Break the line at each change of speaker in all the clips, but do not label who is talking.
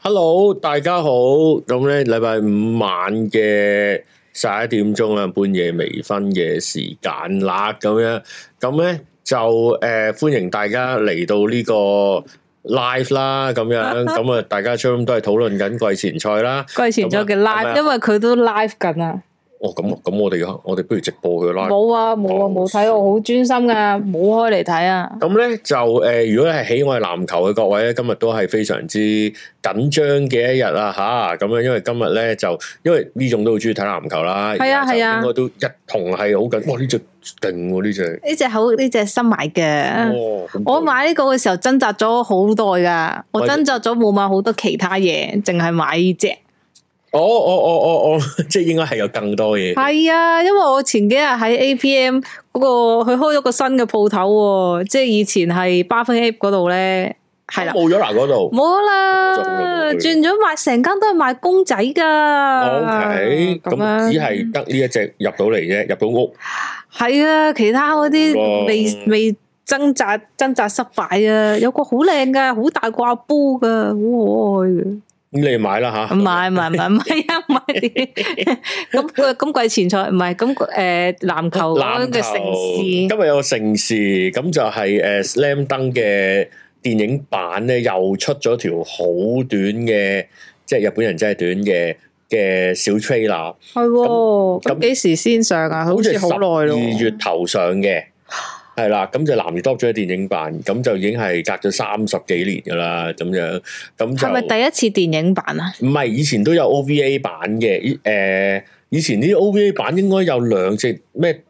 Hello，大家好。咁咧，禮拜五晚嘅十一點鐘啦，半夜微醺嘅時間啦，咁樣咁咧就誒、呃、歡迎大家嚟到呢個 live 啦，咁樣咁啊，大家 Zoom 都係討論緊季前賽啦。
季前咗嘅
咁啊咁啊
live，因為佢都 live 緊啊！
哦，咁咁我哋我哋不如直播佢 live
冇啊冇啊冇睇，我好專心噶，冇開嚟睇啊！
咁咧就誒、呃如果係喜愛籃球嘅各位咧，今日都係非常之緊張嘅一日啦吓，咁樣因為今日咧就因為呢種都好中意睇籃球啦，
係啊
而家就
係啊
應該都一同係好緊。哇！呢只勁喎呢只，
呢只好呢只新買嘅，
哇！哦好
我
勁
買呢個嘅時候掙扎咗好耐噶，我
喂
掙扎咗冇買好多其他嘢，淨係買呢只。
哦哦哦哦 哦，即係應該係有更多嘢。
係啊，因為我前幾日喺 APM 嗰、個，佢開咗個新嘅鋪頭喎，即係以前係巴芬 Ape 嗰度咧，係啦，
哦冇咗啦嗰度。
冇啦
冇咗啦，冇咗
轉咗賣成間都係賣公仔噶。
O K，咁只係得呢一隻入到嚟啫，入到屋。
係啊，其他嗰
哇
啲未未掙扎掙扎失敗啊，有個好靚噶，好大掛煲噶，好可愛 嘅。
咁你買啦吓，
唔係唔係唔係唔係啊，唔係啲咁佢咁季前賽唔係咁誒籃球嗰
籃球
嘅啊城市
今日有個城市，咁就係誒 Slam Dunk 嘅電影版咧，又出咗條好短嘅，即係日本人真係短嘅嘅小 trailer，
係喎，
咁
咁幾時先上啊？好似好耐咯，
二月頭上嘅。係啦，咁就南越多咗電影版，咁就已經係隔咗三十幾年噶啦，咁樣咁就
係咪第一次電影版啊？
唔係，以前都有 OVA 版嘅，誒、以前呢啲 OVA 版應該有兩隻咩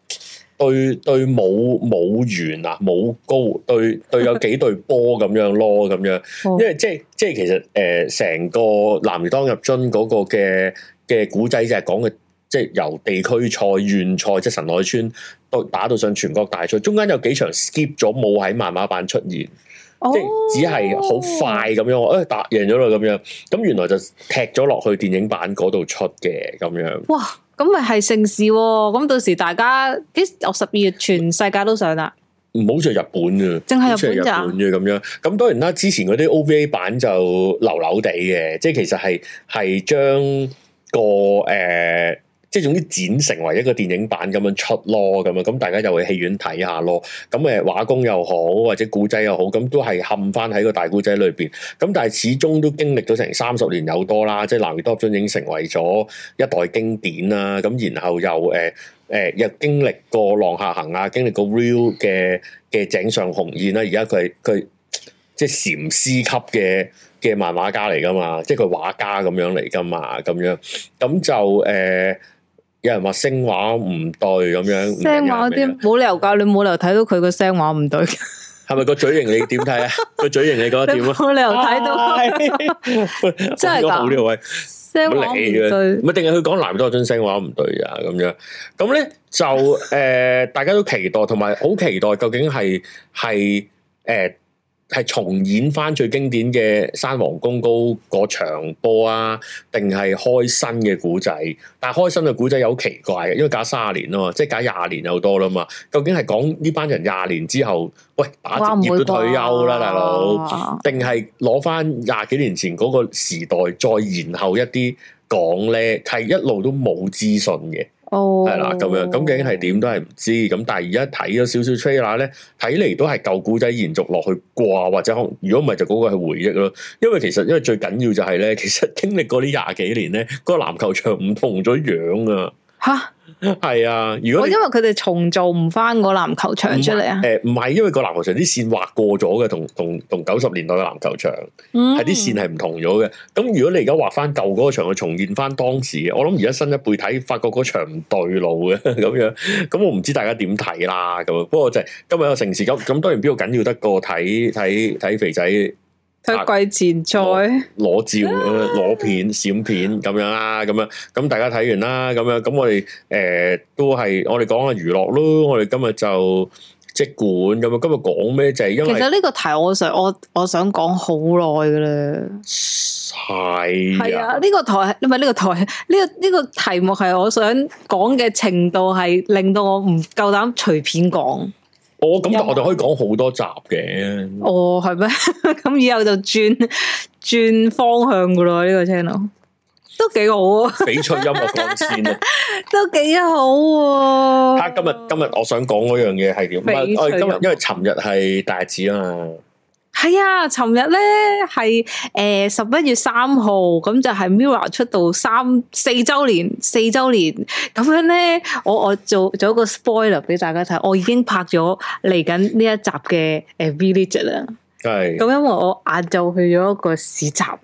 對對武武員啊，武高對對有幾對波咁樣咯，咁樣，
哦
因為即係即係其實誒成、個男兒當入樽嗰個嘅嘅古仔就係講嘅。即係由地區賽、縣賽，即係神奈川到打到上全國大賽，中間有幾場 skip 咗冇喺漫畫版出現。
哦
即係只係好快咁樣，誒、哎、打贏咗啦咁樣，咁原來就踢咗落去電影版嗰度出嘅咁樣，
哇！咁咪係盛事喎，咁到時大家幾時我十二月全世界都上啦。
唔好似係日本啊嘅，
淨係日本
好似係
咋
日本嘅咁樣。咁當然啦，之前嗰啲 OVA 版就流流地嘅，即係其實係係將個誒、呃即係總之剪成為一個電影版咁樣出咯，咁樣咁大家就去戲院睇下咯。咁誒畫工又好，或者古仔又好，咁都係冚翻喺個大古仔裏邊。咁但係始終都經歷咗成三十年有多啦，即係《南越多樽》已經成為咗一代經典啦。咁然後又誒。誒又經歷過浪下行啊，經歷過 real 嘅嘅井上雄彥啦，而家佢佢即係禪師級嘅嘅漫畫家嚟噶嘛，即係佢畫家咁樣嚟噶嘛，咁樣咁就誒、呃有人話聲畫唔對咁樣，唔緊要
聲畫
係咪啊
啲冇理由噶，你冇理由睇到佢個聲畫唔對，你
係咪個嘴型你點 睇啊？個嘴型你覺得點啊？
冇理由睇 到
到
真係㗎
好呢個位。
聲畫唔對。
唔係定係佢講南多樽聲話唔對啊咁樣，咁咧就誒、呃大家都期待，同埋好期待究竟係係誒係重演翻最經典嘅山王公高嗰場波啊，定係開新嘅古仔？但係開新嘅古仔又好奇怪嘅，因為隔卅年啊嘛，即係隔廿年有多啦嘛。究竟係講呢班人廿年之後，喂打
哇，唔
職業
會
都退休啦，
啩
大佬。定係攞翻廿幾年前嗰個時代，再延後一啲講咧，係一路都冇資訊嘅，
哦，
係啦咁樣。咁究竟係點都係唔知。咁但係而家睇咗少少 trailer 咧，睇嚟都係舊古仔延續落去啩，或者可能如果唔係就嗰個係回憶咯。因為其實因為最緊要就係 咧，其實經歷過呢廿幾年咧，嗰、個籃球場唔同咗樣啊，
吓？
係啊。如果
我哦因
你
為佢哋重做唔翻個籃球場出嚟啊，
誒唔係，因為個籃球場啲線畫過咗嘅，同同同九十年代嘅籃球場。
係
係嗯啲線係唔同咗嘅。咁如果你而家畫翻舊嗰個場，去重現翻當時嘅，我諗而家新一輩睇，發覺嗰場唔對路嘅咁樣。咁我唔知大家點睇啦。咁樣不過就係今日有城市咁，咁當然邊個緊要得過睇睇睇肥仔
睇季前賽，
哦攞照咁樣攞片閃片咁樣啦，咁樣咁大家睇完啦，咁樣咁我哋誒、呃都係我哋講下娛樂咯。我哋今日就即管咁樣，今日講咩就係、因
其
為
實呢個題我想我我想講好耐噶啦。
係
係啊，呢個台唔係呢個台，呢個呢個題目係我想講嘅程度係令到我唔夠膽隨便講。
我哦咁但我哋可以講好多集嘅，
哦，係咩？ 咁以後就轉轉方向噶咯，呢、個 channel 都幾好啊，
翡翠音樂光 先啊！
都幾好
睇
喎、
下啊今日今日我想講嗰樣嘢係點？唔
翡
係
翠
我哋今日
哦音
因為尋日係大紫啊嘛，
係啊，尋日咧係誒十一月三號，咁就係 Mira 出道三四週年，四週年咁樣咧，我我做做一個 spoiler 俾大家睇，我已經拍咗嚟緊呢一集嘅誒 Village 啦。
係
咁因為我晏晝去咗一個市集啊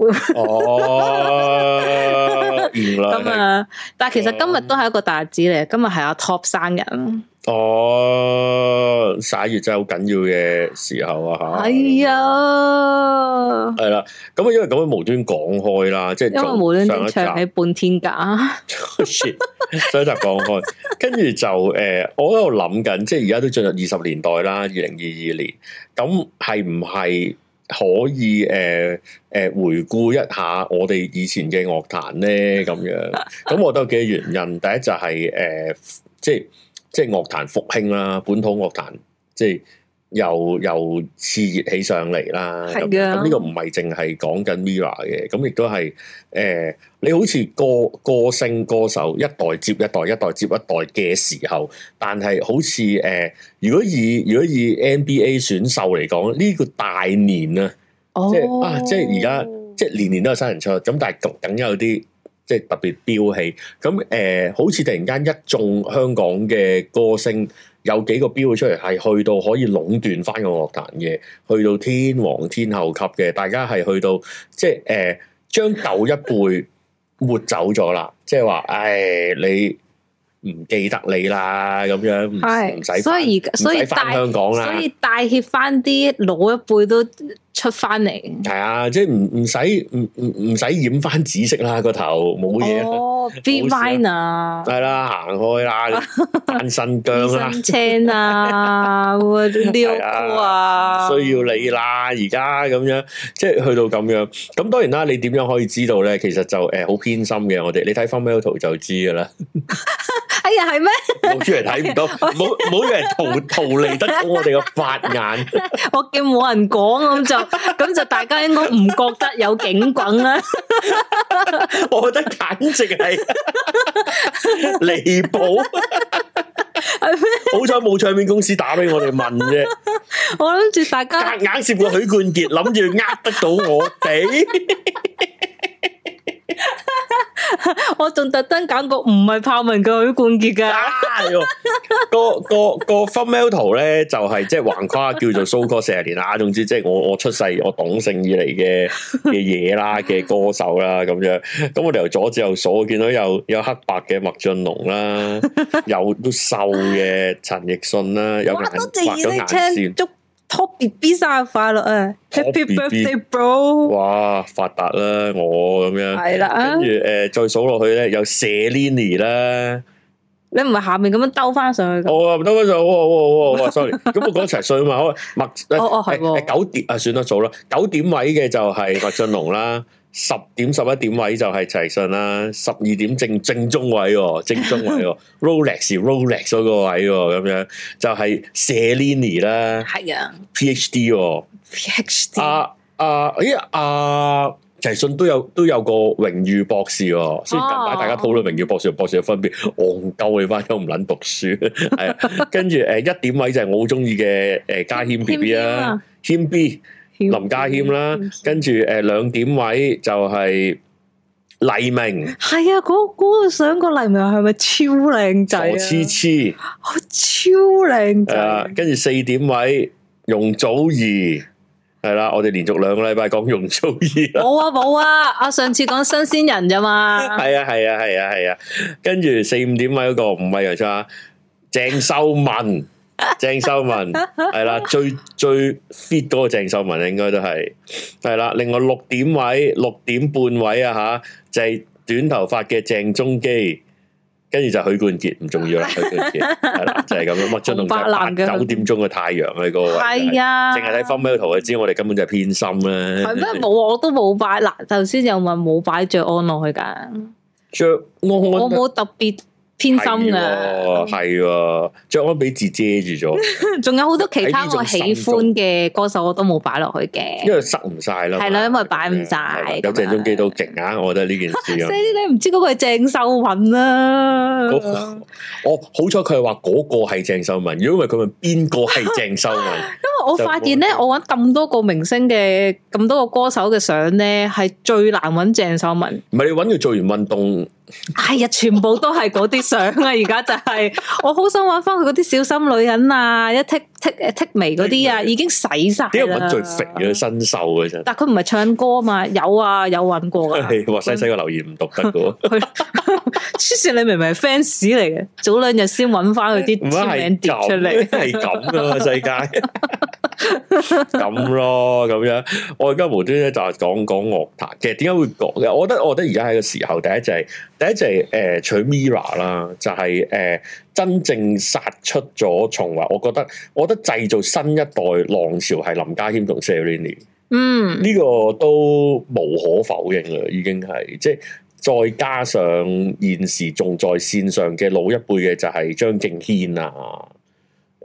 哦，原來
咁
係
啊，但係其實今日都係一個大日子嚟，今日係阿 Top 生日啊，
哦，十一月真係好緊要嘅時候啊吓，
係啊，
係啦，咁啊因為咁樣無端講開啦，即
因
係
為
做
無端
上
端
一
唱
集 Oh,
起半天假，
shit，上一集講開，跟住就誒、呃我喺度諗緊，即係而家都進入二十年代啦，二零二二年，咁係唔係可以誒誒、呃回顧一下我哋以前嘅樂 壇咧？咁樣，咁我覺得有幾個原因，第一就係、呃即係即係樂壇復興啦，本土樂壇即係。又又熾熱起上嚟啦，咁
係
樣
啊
咁呢個唔係淨係講緊 Mira 嘅，咁亦都係誒你好似歌歌星歌手一代接一代、一代接一代嘅時候，但係好似誒、呃如果以如果以 NBA 選秀嚟講，呢、個大年啊，
哦，
係啊即係而家即係年年都有新人出，咁但係梗梗有啲即係特別標氣。咁誒、呃好似突然間一眾香港嘅歌星有幾個標出嚟，係去到可以壟斷翻個樂壇嘅，去到天王天后級嘅，大家係去到即係誒、呃、將舊一輩抹走咗啦，即係話，唉，你唔記得你啦，咁樣唔唔
係，
使
所以而家
返
所
唔
以
使翻
帶
香港啦，
所以帶挈翻啲老一輩都出翻嚟，
係啊，即係唔唔使唔唔唔使染翻紫色啦個頭，冇嘢啦
哦，B
好事
Vine 啊。
係啦，行開啦，翻新
李
疆啦，
新青 啊，撩哥 啊，
唔需要你啦，而家咁樣，即係去到咁樣。咁當然啦，你點樣可以知道咧？其實就誒好偏心嘅，我哋你睇 f u n m a l 圖就知噶啦，
哎呀，係咩？
冇出嚟睇唔到，唔好唔好以為逃逃離得到我哋嘅法眼。
我見冇人講咁就 咁就大家應該唔覺得有警棍啦。
我覺得簡直係離譜。好彩冇唱片公司打俾我哋問啫，
我諗住大家
夾硬涉過許冠傑，諗住呃得到我哋。
我仲特登揀個唔係豹紋嘅許冠傑噶，
啊！ 個個個 thumbnail 圖咧，就係即係橫跨叫做 so call 四十年啦。 總之即係我我出世我懂性以嚟嘅 嘅嘢啦，嘅歌手啦咁樣。咁我哋由左至右數，我見到有有黑白嘅麥浚龍啦， 有都瘦嘅陳奕迅啦，有
哇！
眼
多謝
畫
二
咗
零
眼線
青，祝 Top B B 生日快樂啊！Happy
BB
birthday bro！
哇發達啦我咁樣。
係啦啊
跟，住誒再數落去咧，有 Selina 啦。
你唔係下面咁樣兜翻上去噶？
我啊，唔得嗰陣，我我我我哦 sorry，咁我講齊歲啊嘛，好麥
哦哦係喎
誒誒九點啊，算得早啦，九點位嘅就係麥浚龍啦， 十點十一點位就係齊信啦，十二點正正中位喎，正中位喎，Rolex Rolex 嗰個位喎，咁樣就係 Selina 啦
係啊
，PhD 喎，
，PhD
啊啊，咦啊！齊信都有都有個榮譽博士喎，雖然近
哦
排大家討論榮譽博士同博士嘅分別，戇鳩你班友唔撚讀書，係啊，跟住誒一點位就係我好中意嘅誒家謙 B B
啊
啦，，謙 B
謙
林家謙啦，跟住誒兩點位就係 黎明
係啊，嗰嗰個上個黎明係咪超靚仔
傻
啊？
痴痴，
我超靚
係啊
仔，，
跟住四點位容祖兒，係啦，我哋連續兩個禮拜講容祖兒啦。
冇啊冇啊！我上次講新鮮人咋嘛？
系啊系啊系啊系啊，跟住四五點位嗰個唔係楊千嬅，鄭秀 文，鄭秀文係啦，最最 fit 嗰個鄭秀文應該都係係啦。另外六點位六點半位啊吓，就係短頭髮嘅鄭中基。跟住就許冠傑唔 重要啦，許冠傑係啦，就係咁樣。麥浚
紅
龍就
白藍嘅
係八九點鐘嘅太陽啊呢個位，
係啊，
淨係睇 thumbnail 圖就知我哋根本就係偏心啦。
係咩？冇，啊我都冇擺。嗱，頭先有問冇擺着安落去㗎，
着我
我冇特別偏心噶，
係喎，着安比字遮住咗，
仲有好多其他
喺呢種
我喜
心
歡嘅歌手我都冇擺落去嘅
因。為塞唔晒啦嘛。
係啦因為擺唔晒
係啦有
咁樣
鄭中基都勁啊，我覺得呢件事
即係
咁。
呢啲唔知嗰個係鄭秀文啊啦、
嗰個我好彩佢係話嗰個係鄭秀文，如果唔係佢問邊個係鄭秀文，
因為我發現咧，
就冇
我揾咁多個明星嘅咁多個歌手嘅相咧，係最難揾鄭秀 文。
唔係你揾佢做完運動，
哎呀，全部都係嗰啲相啊！而家就係、我好想揾翻佢嗰啲小心女人啊，一剔剔誒剔眉嗰啲啊，已經洗晒
點解
啦
揾最肥嘅新秀嘅啫？
但佢唔係唱歌啊嘛，有啊有揾過 噶。
係話西西個留言唔讀得嘅喎，
佢黐線，你明明係 fans 嚟嘅，早兩日先揾翻佢
唔
啲簽名
係
碟出嚟
咁，。啊係咁噶嘛世界。 咁咯，咁樣，我而家無端咧就係講講樂壇，其實點解會講嘅？我覺得我覺得而家係個時候，第一就係、第一就係、誒、取 Mira 啦，就係、誒真正殺出咗重圍。我覺得我覺得製造新一代浪潮係林家謙同 Selina。
嗯，
呢個都無可否認啦，已經係即係再加上現時仲在線上嘅老一輩嘅就係張敬軒啊，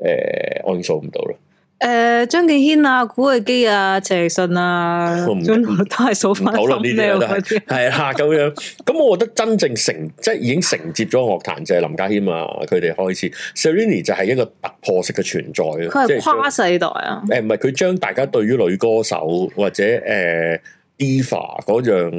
誒、我已經數唔到啦，
誒張敬軒啊、古巨基啊、謝奕迅啊，
我唔
咁我都係數
唔
翻
討論呢啲
thumbnail
啦，
嗰
都係
啲。
係啦咁樣。咁我覺得真正承即係已經承接咗樂壇就係林家謙啊，佢哋開始 Selina 就係一個突破式嘅存在咯，
佢
即
係
係
跨世代啊，
誒唔係佢將大家對於女歌手或者誒、呃 diva 嗰樣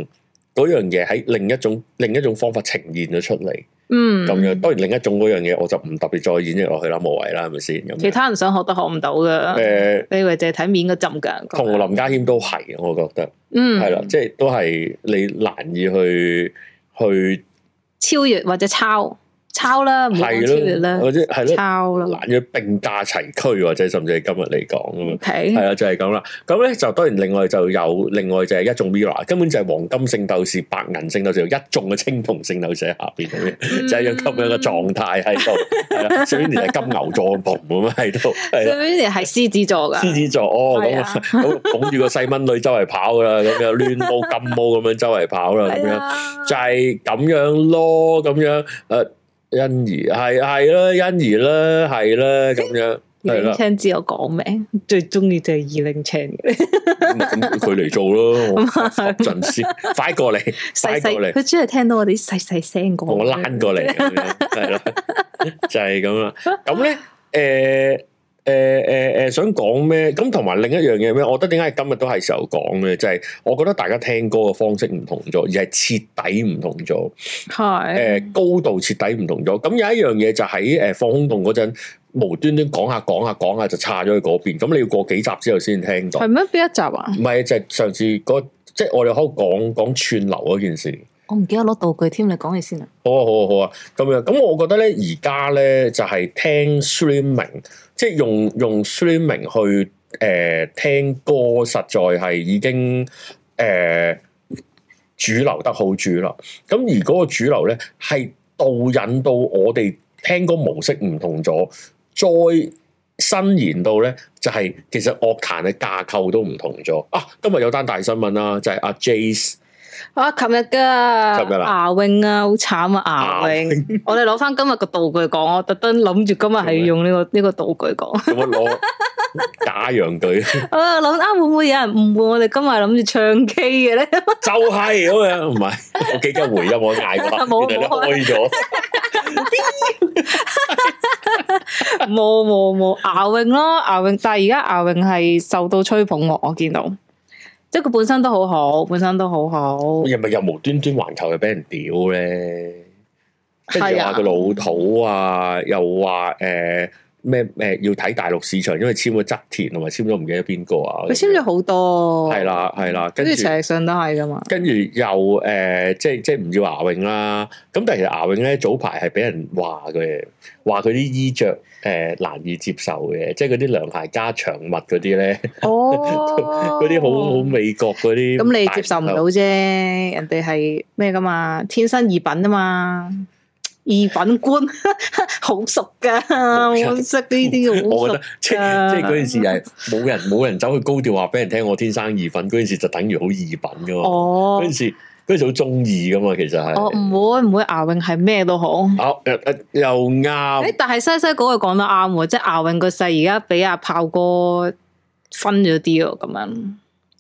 嗰樣嘢喺另一種另一種方法呈現咗出嚟
嗯，
咁樣，當然另一種嗰樣嘢我就唔特別再演繹落去啦，無謂啦，係咪先咁樣？
其他人嗯想學都學唔到噶。
誒
你以為淨係睇面嗰陣㗎？
同、林家謙都係，我覺得
嗯
係啦、即係都係你難以去去
超越或者抄抄啦，唔好講超越
係
啦
咯，，或者係咯，
抄啦。
難以並駕齊驅，或者甚至係今日嚟講咁樣
O。K，
係啦，就係咁啦。咁咧就當然另外就有另外就係一眾 Mirror，根本就係黃金聖鬥士、白銀聖鬥士、一眾嘅青銅聖鬥士喺下邊咁
嗯
樣，就係有咁樣嘅狀態喺度。係啦 s e l i n 係金牛座咁咁喺度，係啦。
Serrini 係獅子座㗎，
獅子座哦，咁
係
啊
啊
咁捧住個細蚊女周圍跑㗎啦，咁樣亂毛金毛咁樣周圍跑啦，咁
係
樣。
啊
就係咁樣咯，咁樣誒，欣怡係係啦，欣怡啦，係啦，咁樣
二
係
零
啦，
青知我講名，最中意就係二零青嘅
咁咁佢嚟做咯，我陣先，快過嚟，
細
快過
細，
嚟，
佢只係聽到我哋細細聲講，
同我躝過嚟，咁樣係啦，就係咁啦。咁咧，誒。誒誒誒，想講咩？咁同埋另一樣嘢咩？我覺得點解今日都係時候講嘅，就係、我覺得大家聽歌嘅方式唔同咗，而係徹底唔同咗。誒、
係
高度徹底唔同咗。咁有一樣嘢就喺誒、放空洞嗰陣，無端端講下講下講下就岔咗去嗰邊。咁你要過幾集之後先聽到
係。咩？邊一集啊？
唔係就係上次嗰即係我哋可以講講串流嗰件事。
我唔記得攞道具添，你講嘢先啊！
好啊好啊好啊，咁樣咁我覺得咧，而家咧就係、聽 streaming，即係用用 streaming 去誒、呃、聽歌，實在係已經誒、呃主流得好主流。咁而嗰個主流咧係導引到我哋聽歌模式唔同咗，再伸延到咧就係、其實樂壇嘅架構都唔同咗。啊，今日有單大新聞啦，就係、阿 Jace。
啊，琴日噶，
琴日啊
牙泳啊，好慘啊，牙泳！我哋攞翻今日個道具講，我特登諗住今日係要用呢個呢個道具講。
有冇攞 假洋佢？
啊，諗啊，會唔會有人誤會我哋今日諗住唱 K 嘅 咧？
就係咁樣，唔係 我幾驚回音，我嗌過啦，
冇
原來你開咗，
冇冇冇，牙泳咯，牙泳，但係而家牙泳係受到吹捧喎，我見到，即係佢本身都好好，本身都好好，
又咪又無端端環球又俾人屌咧，跟住
係
話
啊
佢老土啊，又話誒咩誒要睇大陸市場，因為簽咗側田同埋簽咗唔記得邊個啊，
佢簽咗好多，
係啦係啦，
跟
跟
住
住。
陳奕迅都係 噶嘛，
跟住又誒、呃即係即係唔要牙泳啦。咁但係其實牙泳咧，早排係俾人話嘅，話佢啲衣着誒、呃、難以接受嘅，即係嗰啲涼鞋加長襪嗰啲咧，
哦，
嗰啲好好美國嗰啲。
咁你接受唔到啫，人哋係咩噶嘛？天生異品啊嘛，異品官 好熟 噶，我識呢啲好
我
熟
覺得。即
啊
係即係嗰件事係冇人冇人走去高調話俾人聽我天生異品，嗰件事就等於好異品噶嘛。
哦嗯
嗰，陣時跟住就好中意噶嘛，其實係。
我唔會唔會牙泳係咩都好。
啊誒誒又
诶
啱，，
但係西西嗰個講得啱喎，即系牙泳個勢而家俾阿炮哥分咗啲喎，咁樣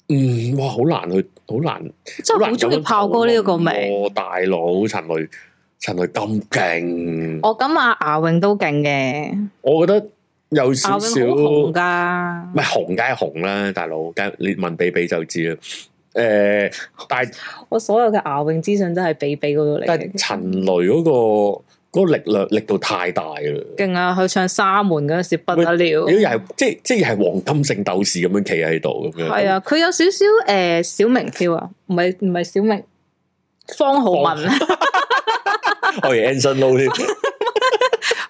嗯，哇，好難去，好難，
真係好中意炮哥呢一個名。
我大佬陳雷，陳雷咁勁，
我哦咁啊阿牙泳都勁嘅，
我覺得
牙
有少
泳好
少，
紅
唔
噶，
係紅梗係紅啦，大佬，梗係你問比比就知啦。誒、但係
我所有嘅牙泳資訊都係比比嗰度嚟
但係
嘅。
陳雷嗰、個嗰、個力量力度太大啦。
勁啊！佢唱沙門嗰陣時不得了
如果。又係即即係黃金聖鬥士咁樣企喺度咁樣，
係啊，佢有少少诶小明 feel 啊，唔係唔係小明，方浩文，
我哋 Anson Lo 添，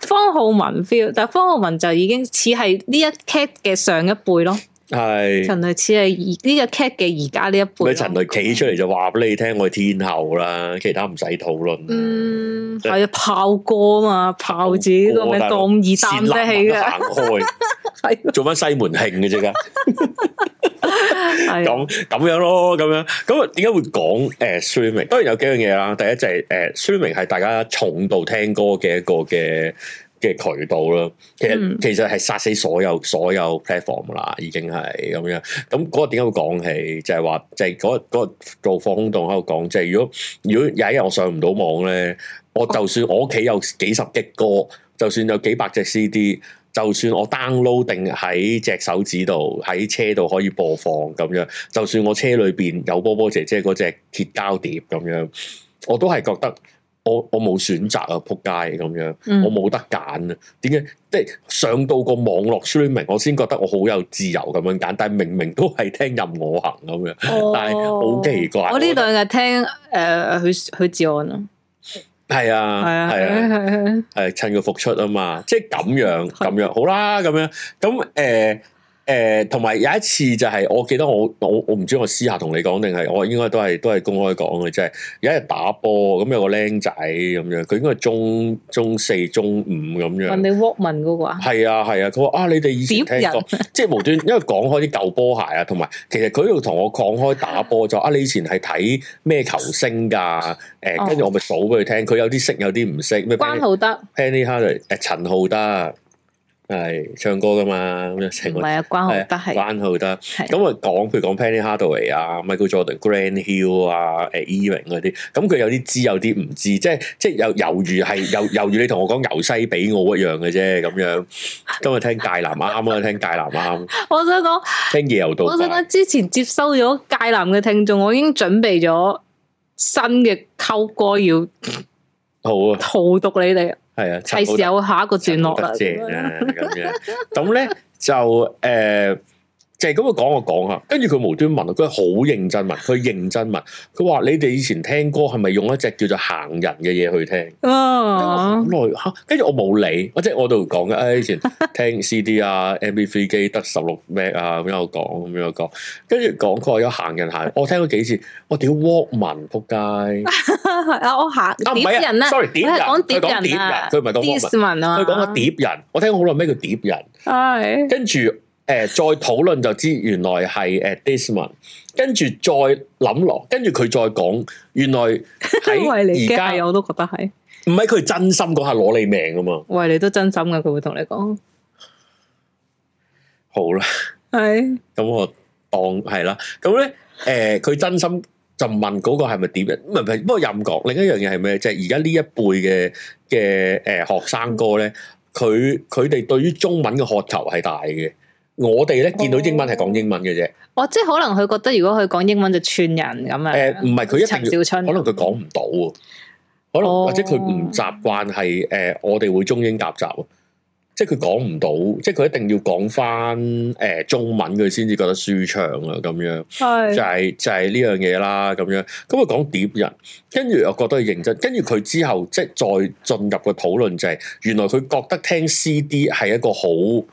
方浩文 feel，但系方浩文就已經似係呢一 cat 嘅上一輩咯，
係
陳雷啊似係而呢個 cat 嘅而家呢一
嗯咪
輩。
陳雷企出嚟就話俾你聽，我係天后啦，其他唔使討論。
嗯，係啊，炮哥啊嘛，炮自己個名
大佬
咁易擔
善
得
啊男啊
起
人
嘅，
行開，
係
做翻西門慶 嘅啫㗎。
係啊
咁咁樣咯，咁樣咁啊點解會講誒 streaming？當然有幾樣嘢啦。第一就係誒 streaming 係大家重度聽歌嘅一個嘅嘅渠道啦。其實、
嗯
其實係殺死所有所有 platform 啦，已經係咁樣。咁嗰個點解會講起？就係話就係嗰嗰個做放空洞喺度講，就係如果如果有一日我上唔到網咧，我就算我屋企有幾十億歌，就算有幾百隻 CD。就算我 download 定喺隻手指度，喺車度可以播放咁樣，就算我車裏邊有波波姐姐嗰隻鐵膠碟咁樣，我都係覺得我我冇選擇啊，撲街咁樣，
嗯
我冇得揀啊。點解？即係上到個網絡 streaming，我先覺得我好有自由咁樣揀，但係明明都係聽任我行咁樣，但係好奇怪
哦我呢
我覺得
兩日聽诶許許志安啊，
係
係
啊，
啊，
係 啊。
係啊。
诶，趁佢復出啊嘛，即係咁樣咁樣好啦，咁樣咁诶诶，同、埋、有一次就係我記得我我我唔知我私下同你講定係我應該都係都係公開講嘅，即係有一日打波咁有個僆仔咁樣，佢應該係中中四中五咁
問
樣。
你 Walkman 嗰個啊？
係啊係啊，佢話啊你哋 以前聽
碟人
過，即係無端，因為講開啲舊波鞋啊，同埋其實佢喺度同我講開打波就啊你以前係睇咩球星㗎？诶、跟住我咪數俾佢聽，佢有啲識有啲唔識咩 Benny
哦關浩德
Penny Harder 誒陳浩德係唱歌噶嘛，咁樣情
唔係啊，關浩
係
德係
關浩德
係
咁啊講，譬如講 Penny Hardaway 啊、Michael Jordan、Grant Hill 啊、誒 Ewing 嗰啲，咁佢有啲知有啲唔知，即係即係有猶如係猶猶如你同我講由西比奧一樣嘅啫咁樣。今日聽界南啱啊，聽界南啱，
我想講，
聽夜游到
我想
快
講之前接收咗界南嘅聽眾，我已經準備咗新嘅溝歌要
好啊，
荼毒你哋，
係啊，陳
係
浩
時
德
候下一個段落啦。
正啊，咁樣。咁咧就誒、呃就係咁樣講我講下，跟住佢無端問，佢好認真問，佢認真問，佢話你哋以前聽歌係咪用一隻叫做行人嘅嘢去聽？
哦
好
啊，
耐嚇，跟住我冇理，我即係我度講嘅，誒以前聽 CD 啊、MP3 機得十六 m b 啊，咁樣我講，咁樣我講，跟住講佢話有行人行，我聽咗幾次，我屌 Walkman 撲街，
係啊，我下
啊唔
碟
係
人
啊
啦，
，sorry 碟人，
佢係
佢
講碟
講碟
人
人，
啊
佢唔係講 Walkman。
Disman 啊，嗯
佢講個碟人，我聽好耐咩叫碟人，
係
跟住誒、呃再討論就知原來係誒 Disman，跟住再諗落，跟住佢再講 原來
為你
喺而
嘅
家
係，我都覺得係
唔係佢真心嗰下攞你命啊嘛，
為你都真心嘅，佢會同你講
好啦，
係
咁我當係啦，咁咧誒佢真心。就問嗰個係咪碟人？唔係唔係，不過任講。另一樣嘢係咩？就係而家呢一輩嘅嘅誒學生哥咧，佢佢哋對於中文嘅渴求係大嘅。我哋咧見
哦
到英文係講英文嘅啫。
我哦即係可能佢覺得如果佢講英文就串人咁
誒唔
樣，
係佢一定
陳
要
小春
可能佢講唔到喎，可能、
哦
或者佢唔習慣係誒、呃我哋會中英夾雜喎，即係佢講唔到，即係佢一定要講翻誒中文佢先至覺得舒暢啊咁樣。就
係
係、就係呢樣嘢啦，咁樣咁佢講碟人，跟住我覺得佢認真，跟住佢之後即係再進入個討論就係、原來佢覺得聽 CD 係一個好舊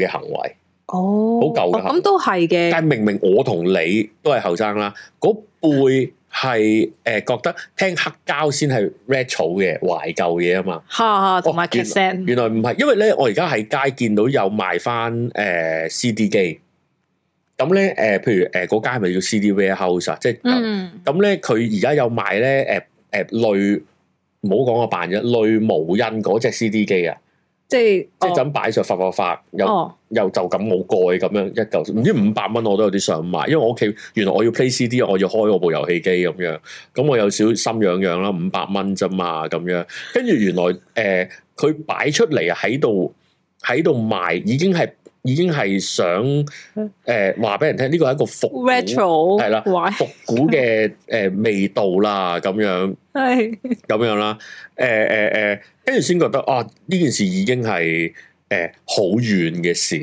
嘅行為，
哦，
好舊㗎
哦咁都係嘅。
但係明明我同你都係後生啦，嗰輩係誒覺得聽黑膠先係 retro 嘅懷舊嘢啊嘛。
吓吓，同埋
哦原
cassette
原來唔係，因為咧我而家喺街見到有賣翻誒 CD 機，咁咧誒，譬如誒嗰間係咪叫 CD Warehouse 啊？即係咁
嗯，
咁咧，佢而家有賣咧誒誒類，唔好講我扮啫，類無印嗰只 CD 機啊，
即係
即係就
哦
咁擺上發發發，又
哦，
又就咁冇蓋咁樣一嚿，唔知五百蚊我都有啲想買，因為我屋企原來我要 play CD，我要開我部遊戲機咁樣，咁我有少心癢癢啦，五百蚊啫嘛咁樣，跟住原來誒佢、擺出嚟啊喺度喺度賣，已經係已經係想誒話俾人聽，呢個係一個復古
retro
係啦
哇
復古嘅誒、呃味道啦咁樣。
係
咁樣啦，誒誒誒，跟住先覺得啊，呢件事已經係誒好遠嘅事，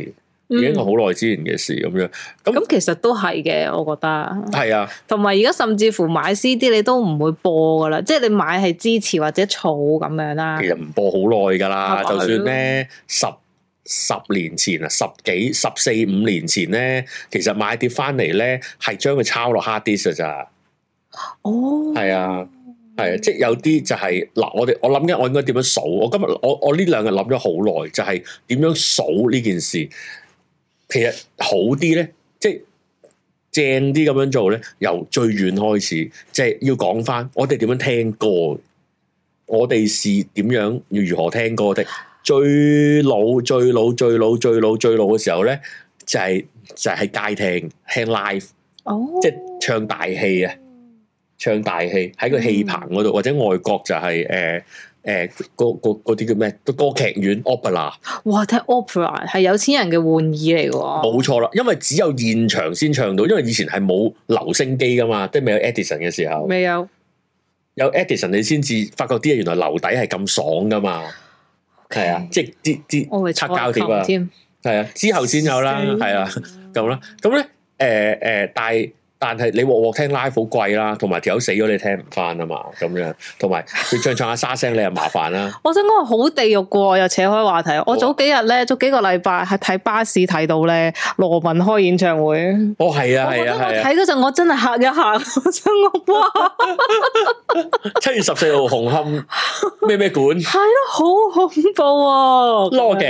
已經係
嗯
好耐之前嘅事咁樣。
咁其實都係嘅，我覺得。
係啊，
同埋而家甚至乎買 CD 你都唔會播噶啦，即係你買係支持或者儲咁樣啦
其。實唔播好耐㗎啦，
係嘛
就算咧十十年前啊，十幾十四五年前咧，其實買碟翻嚟咧係將佢抄落 hard disk 㗎咋，
哦，
係啊。係啊，即係有啲就係、嗱，我哋我諗緊，我應該點樣數？我今日我我呢兩日諗咗好耐，就係、點樣數呢件事。其實好啲咧，即係正啲咁樣做咧，由最遠開始，即係要講翻我哋點樣聽歌，我哋是點樣要如何聽歌的。最老最老最老最老最老嘅時候咧，就係、就係、喺街聽聽 live，
哦，
即係唱大戲啊！唱大戲喺個戲棚嗰度，或者外國就係誒誒嗰嗰嗰啲叫咩？歌劇院 opera
哇，睇 opera 係有錢人嘅玩意嚟喎。
冇錯啦，因為只有現場先唱到，因為以前係冇留聲機噶嘛，即係未有 Edison 嘅時候，
未有
有 Edison 你先至發覺啲嘢原來樓底係咁爽噶嘛，係啊，即係啲
我
啲
會
擦膠碟啊，
添，
係啊，之後先有啦，
死
係啊。咁啦，咁咧，誒、誒、但係但係你鑊鑊聽 live 好貴啦，同埋條友死咗你聽唔翻啊嘛，咁樣，同埋佢唱唱下沙聲你又麻煩啦，
我想講好地獄噶，又扯開話題。
啊
我早幾日咧，早幾個禮拜係睇巴士睇到咧羅文開演唱會，
哦係啊
我覺
係
得
啊
我
係啊，
睇嗰陣我真係嚇一嚇，我想我 哇！
七月十四號紅 磡咩咩館
系咯，好恐怖啊！
羅技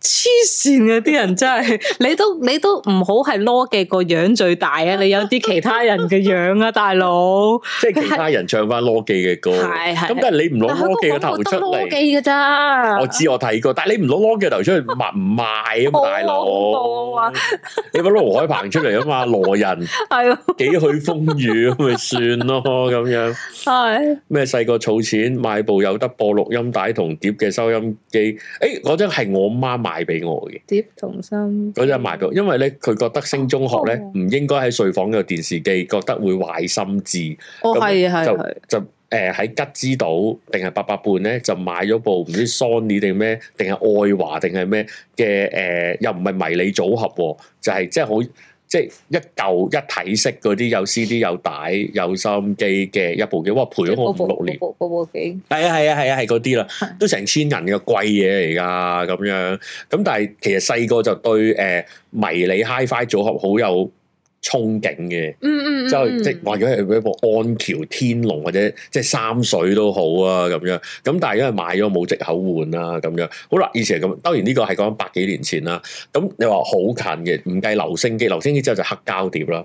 黐線嘅啲人真係，你都你都唔好係羅技個樣最大 啊！你有啲其他人嘅樣啊，大佬。
即係其他人唱翻羅技嘅歌，
係係
咁但係你唔攞
但係
羅技
佢
嘅
個廣
頭
告
出
得啊羅
嚟，
技嘅咋？
我知我睇過，但係你唔攞羅技嘅頭出嚟賣唔賣啊嘛，大
好恐怖
佬
啊，
你搵羅海鵬出嚟啊嘛，羅人
係啊
幾許風雨啊咁咪算咯咁樣。
係
咩細個儲錢買部有得播錄音帶同碟嘅收音機，誒嗰張係我媽買俾我嘅，
碟同心
嗰張買俾我，因為咧佢覺得升中學咧
哦
唔應該喺睡房有電視機，覺得會壞心智，
哦
咁
係啊係
就
啊係啊
就誒喺吉之島定係八佰伴咧就買咗部唔知 Sony 定咩定係愛華定係咩嘅誒，又唔係迷你組合喎，就係即係好。即係一嚿一體式嗰啲有 CD 有帶有收音機嘅一部機，哇！陪咗我五六年。
部部部幾
係啊係啊係啊係嗰啲啦
係，
都成千銀嘅貴嘢嚟㗎咁樣。咁但係其實細個就對誒、呃迷你 HiFi 組合好有憧憬嘅，
嗯嗯嗯
即係即係話如果係一部安橋、天龍或者即係三水都好啊咁樣。咁但係因為買咗冇藉口換啦咁樣。好啦，以前係咁，當然呢個係講百幾年前啦。咁你話好近嘅，唔計留聲機，留聲機之後就黑膠碟啦。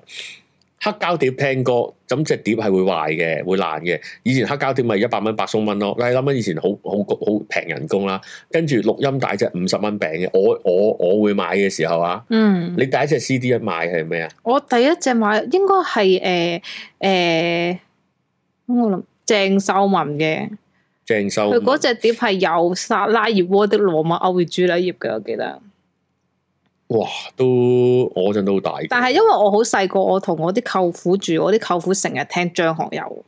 黑膠碟聽歌，咁隻碟係會壞嘅，會爛嘅。以前黑膠碟咪一百蚊、百鬆蚊咯。你諗緊以前好好好平人工啦，跟住錄音帶隻五十蚊餅嘅。我我我會買嘅時候啊，
嗯。
你第一隻 CD 一買係咩啊？
我第一隻買應該係誒誒，我諗鄭秀文嘅，
鄭秀
佢
文
嗰隻碟係有撒拉熱窩的羅密歐與朱麗葉嘅，我記得。
哇，都我嗰陣都好大個。
但係因為我好細個，我同我啲舅父住，我啲舅父成日聽張學友。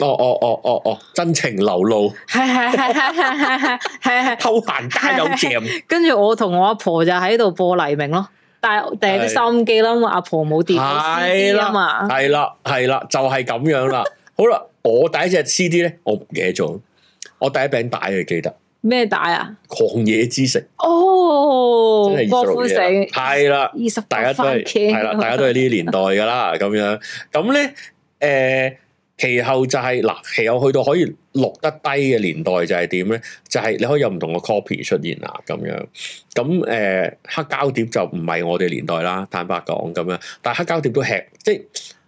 哦哦哦哦哦，真情流露，
係係係係係係係係。
偷閒加油 jam，
跟住我同我阿婆就喺度播黎明咯，但係掟啲收音機啦，因為阿婆冇電冇 CD 啊嘛。
係啦係啦，就係咁樣啦。 好啦，我第一隻 CD 咧，我唔記得咗，我第一餅帶啊記得，
咩帶啊？
狂野之城
哦
真係，
郭
二十
富
六
城
嘢啦，係啦，
二十
大家
八
都
番
係
茄
係啦，大家都係呢啲年代噶啦，咁樣咁咧誒。呃其後就係、嗱，其後去到可以錄得低嘅年代就係點咧？就係、你可以有唔同嘅 copy 出現啦，咁樣。咁誒、呃黑膠碟就唔係我哋年代啦，坦白講咁樣。但係黑膠碟都吃，即係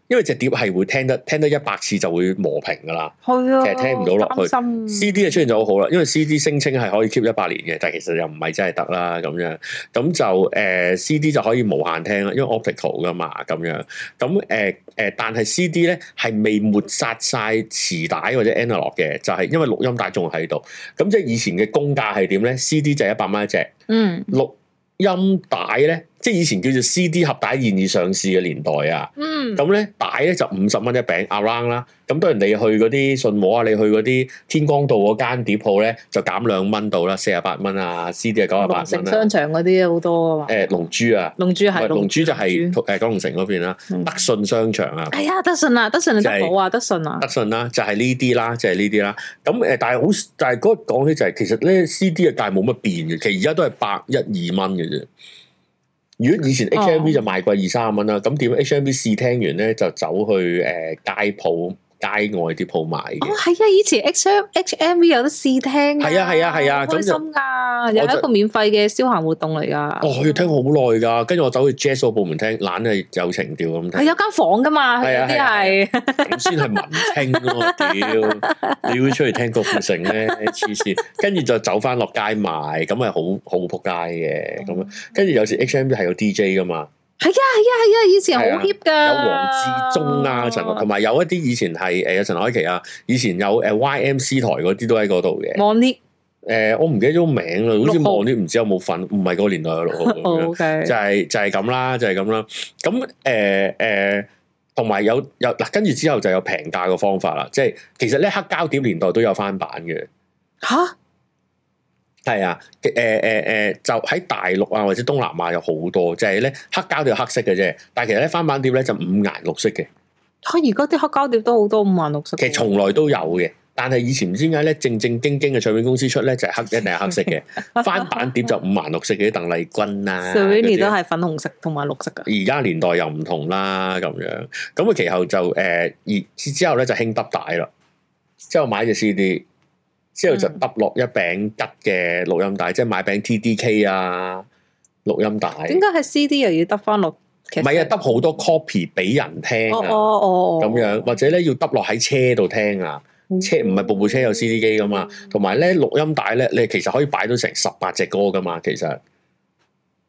因為隻碟係會聽得聽得一百次就會磨平噶啦。
係啊，
其實聽唔到落去
擔心
CD 嘅出現就好好啦，因為 CD 聲稱係可以 keep 一百年嘅，但係其實又唔係真係得啦咁樣。咁就誒、呃 CD 就可以無限聽啦，因為 optical 噶嘛咁樣。咁誒誒，但係 CD 咧係未抹殺晒磁帶或者 analog 嘅，就係、因為錄音帶仲喺度。咁即係以前嘅工價係點咧？CD 就係一百蚊一隻。
嗯
錄音帶咧，即係以前叫做 CD 盒帶現已上市嘅年代啊。
嗯，
咁咧帶咧就五十蚊一餅 around 啦。咁當然你去嗰啲信和啊，你去嗰啲天光道嗰間碟鋪咧，就減兩蚊到啦，四十八蚊啊，CD 係九十八
龍城
蚊啦。
商場嗰啲好多啊嘛，
誒龍珠啊，
龍珠
唔係
係
龍珠就係
龍珠
誒九龍城嗰邊啦，
嗯
德信商場啊。
係啊，德信啊，德信定
就
德
係
寶啊，德信啊，
德信啦，就係呢啲啦，就係呢啲啦。咁誒，但係好，但係嗰個講起就係、其實咧 CD 嘅價啊冇乜變嘅，其實而家都係百一二蚊嘅啫。如果以前 HMV 就賣貴二三蚊啦，咁點？HMV 試聽完咧就走去誒、呃街鋪、街外啲鋪買
哦
嘅。
係啊，以前 H M H M V 有得試聽㗎，
係啊係啊係啊
好開
咁就
心噶，
就
有一個免費嘅消閒活動嚟噶，
哦，我要聽好耐㗎，跟住我走去 Jazz 嗰部門聽，懶係有情調咁聽
係。有間房噶嘛，
係
有
啊
啲係
咁先係文青 咯，屌！你會出去聽郭富城咧，黐線，跟住就走翻落街賣，咁咪好好仆街嘅咁
嗯
樣。跟住有時 H M 係有 D J 噶嘛，
係啊係啊係啊，以前好
係啊
hip 噶，
有黃志忠啊、陳同埋有一啲以前係誒有陳凱琪啊，以前有誒 Y M C 台嗰啲都喺嗰度嘅。
望呢
誒，我唔記得咗名啦，好似
嗯六號
望啲唔知有冇份，唔係嗰個年代嘅六號咁樣。
，O K，
就係、就係咁啦，就係咁啦。咁誒誒，同埋有有嗱，跟住之後就有平價嘅方法啦。即係其實咧黑膠碟年代都有翻版嘅，
吓
係啊誒誒誒，就喺大陸啊或者東南亞有好多，就係咧黑膠碟係黑色嘅啫，但係其實咧翻版碟咧就五顏六色嘅，
嚇而家啲黑膠碟都好多五顏六色㗎喎，
其實從來都有嘅。但係以前唔知點解咧，正正經經嘅唱片公司出咧就係黑一定係黑色嘅，翻版碟就五顏六色嘅，啲鄧麗君 啊
s e r e n
嗰
i
啲
都
啊
係粉紅色同埋綠色噶，
而家年代又唔同啦，咁樣咁啊，其後就誒，而、之後咧就興揼帶啦，之後買隻 CD，之後就
嗯
揼落一餅吉嘅錄音帶，即係買餅 TDK 啊錄音帶，
點
唔
解係 C D 又要得翻落？唔
係啊，揼好多 copy 俾人聽
哦哦
啊，
哦哦，嗯
咁樣或者咧要揼落喺車度聽啊，車唔係部部車有 CD 機噶嘛，同埋咧錄音帶咧，你其實可以擺到成十八隻歌噶嘛，其實。
哦嗯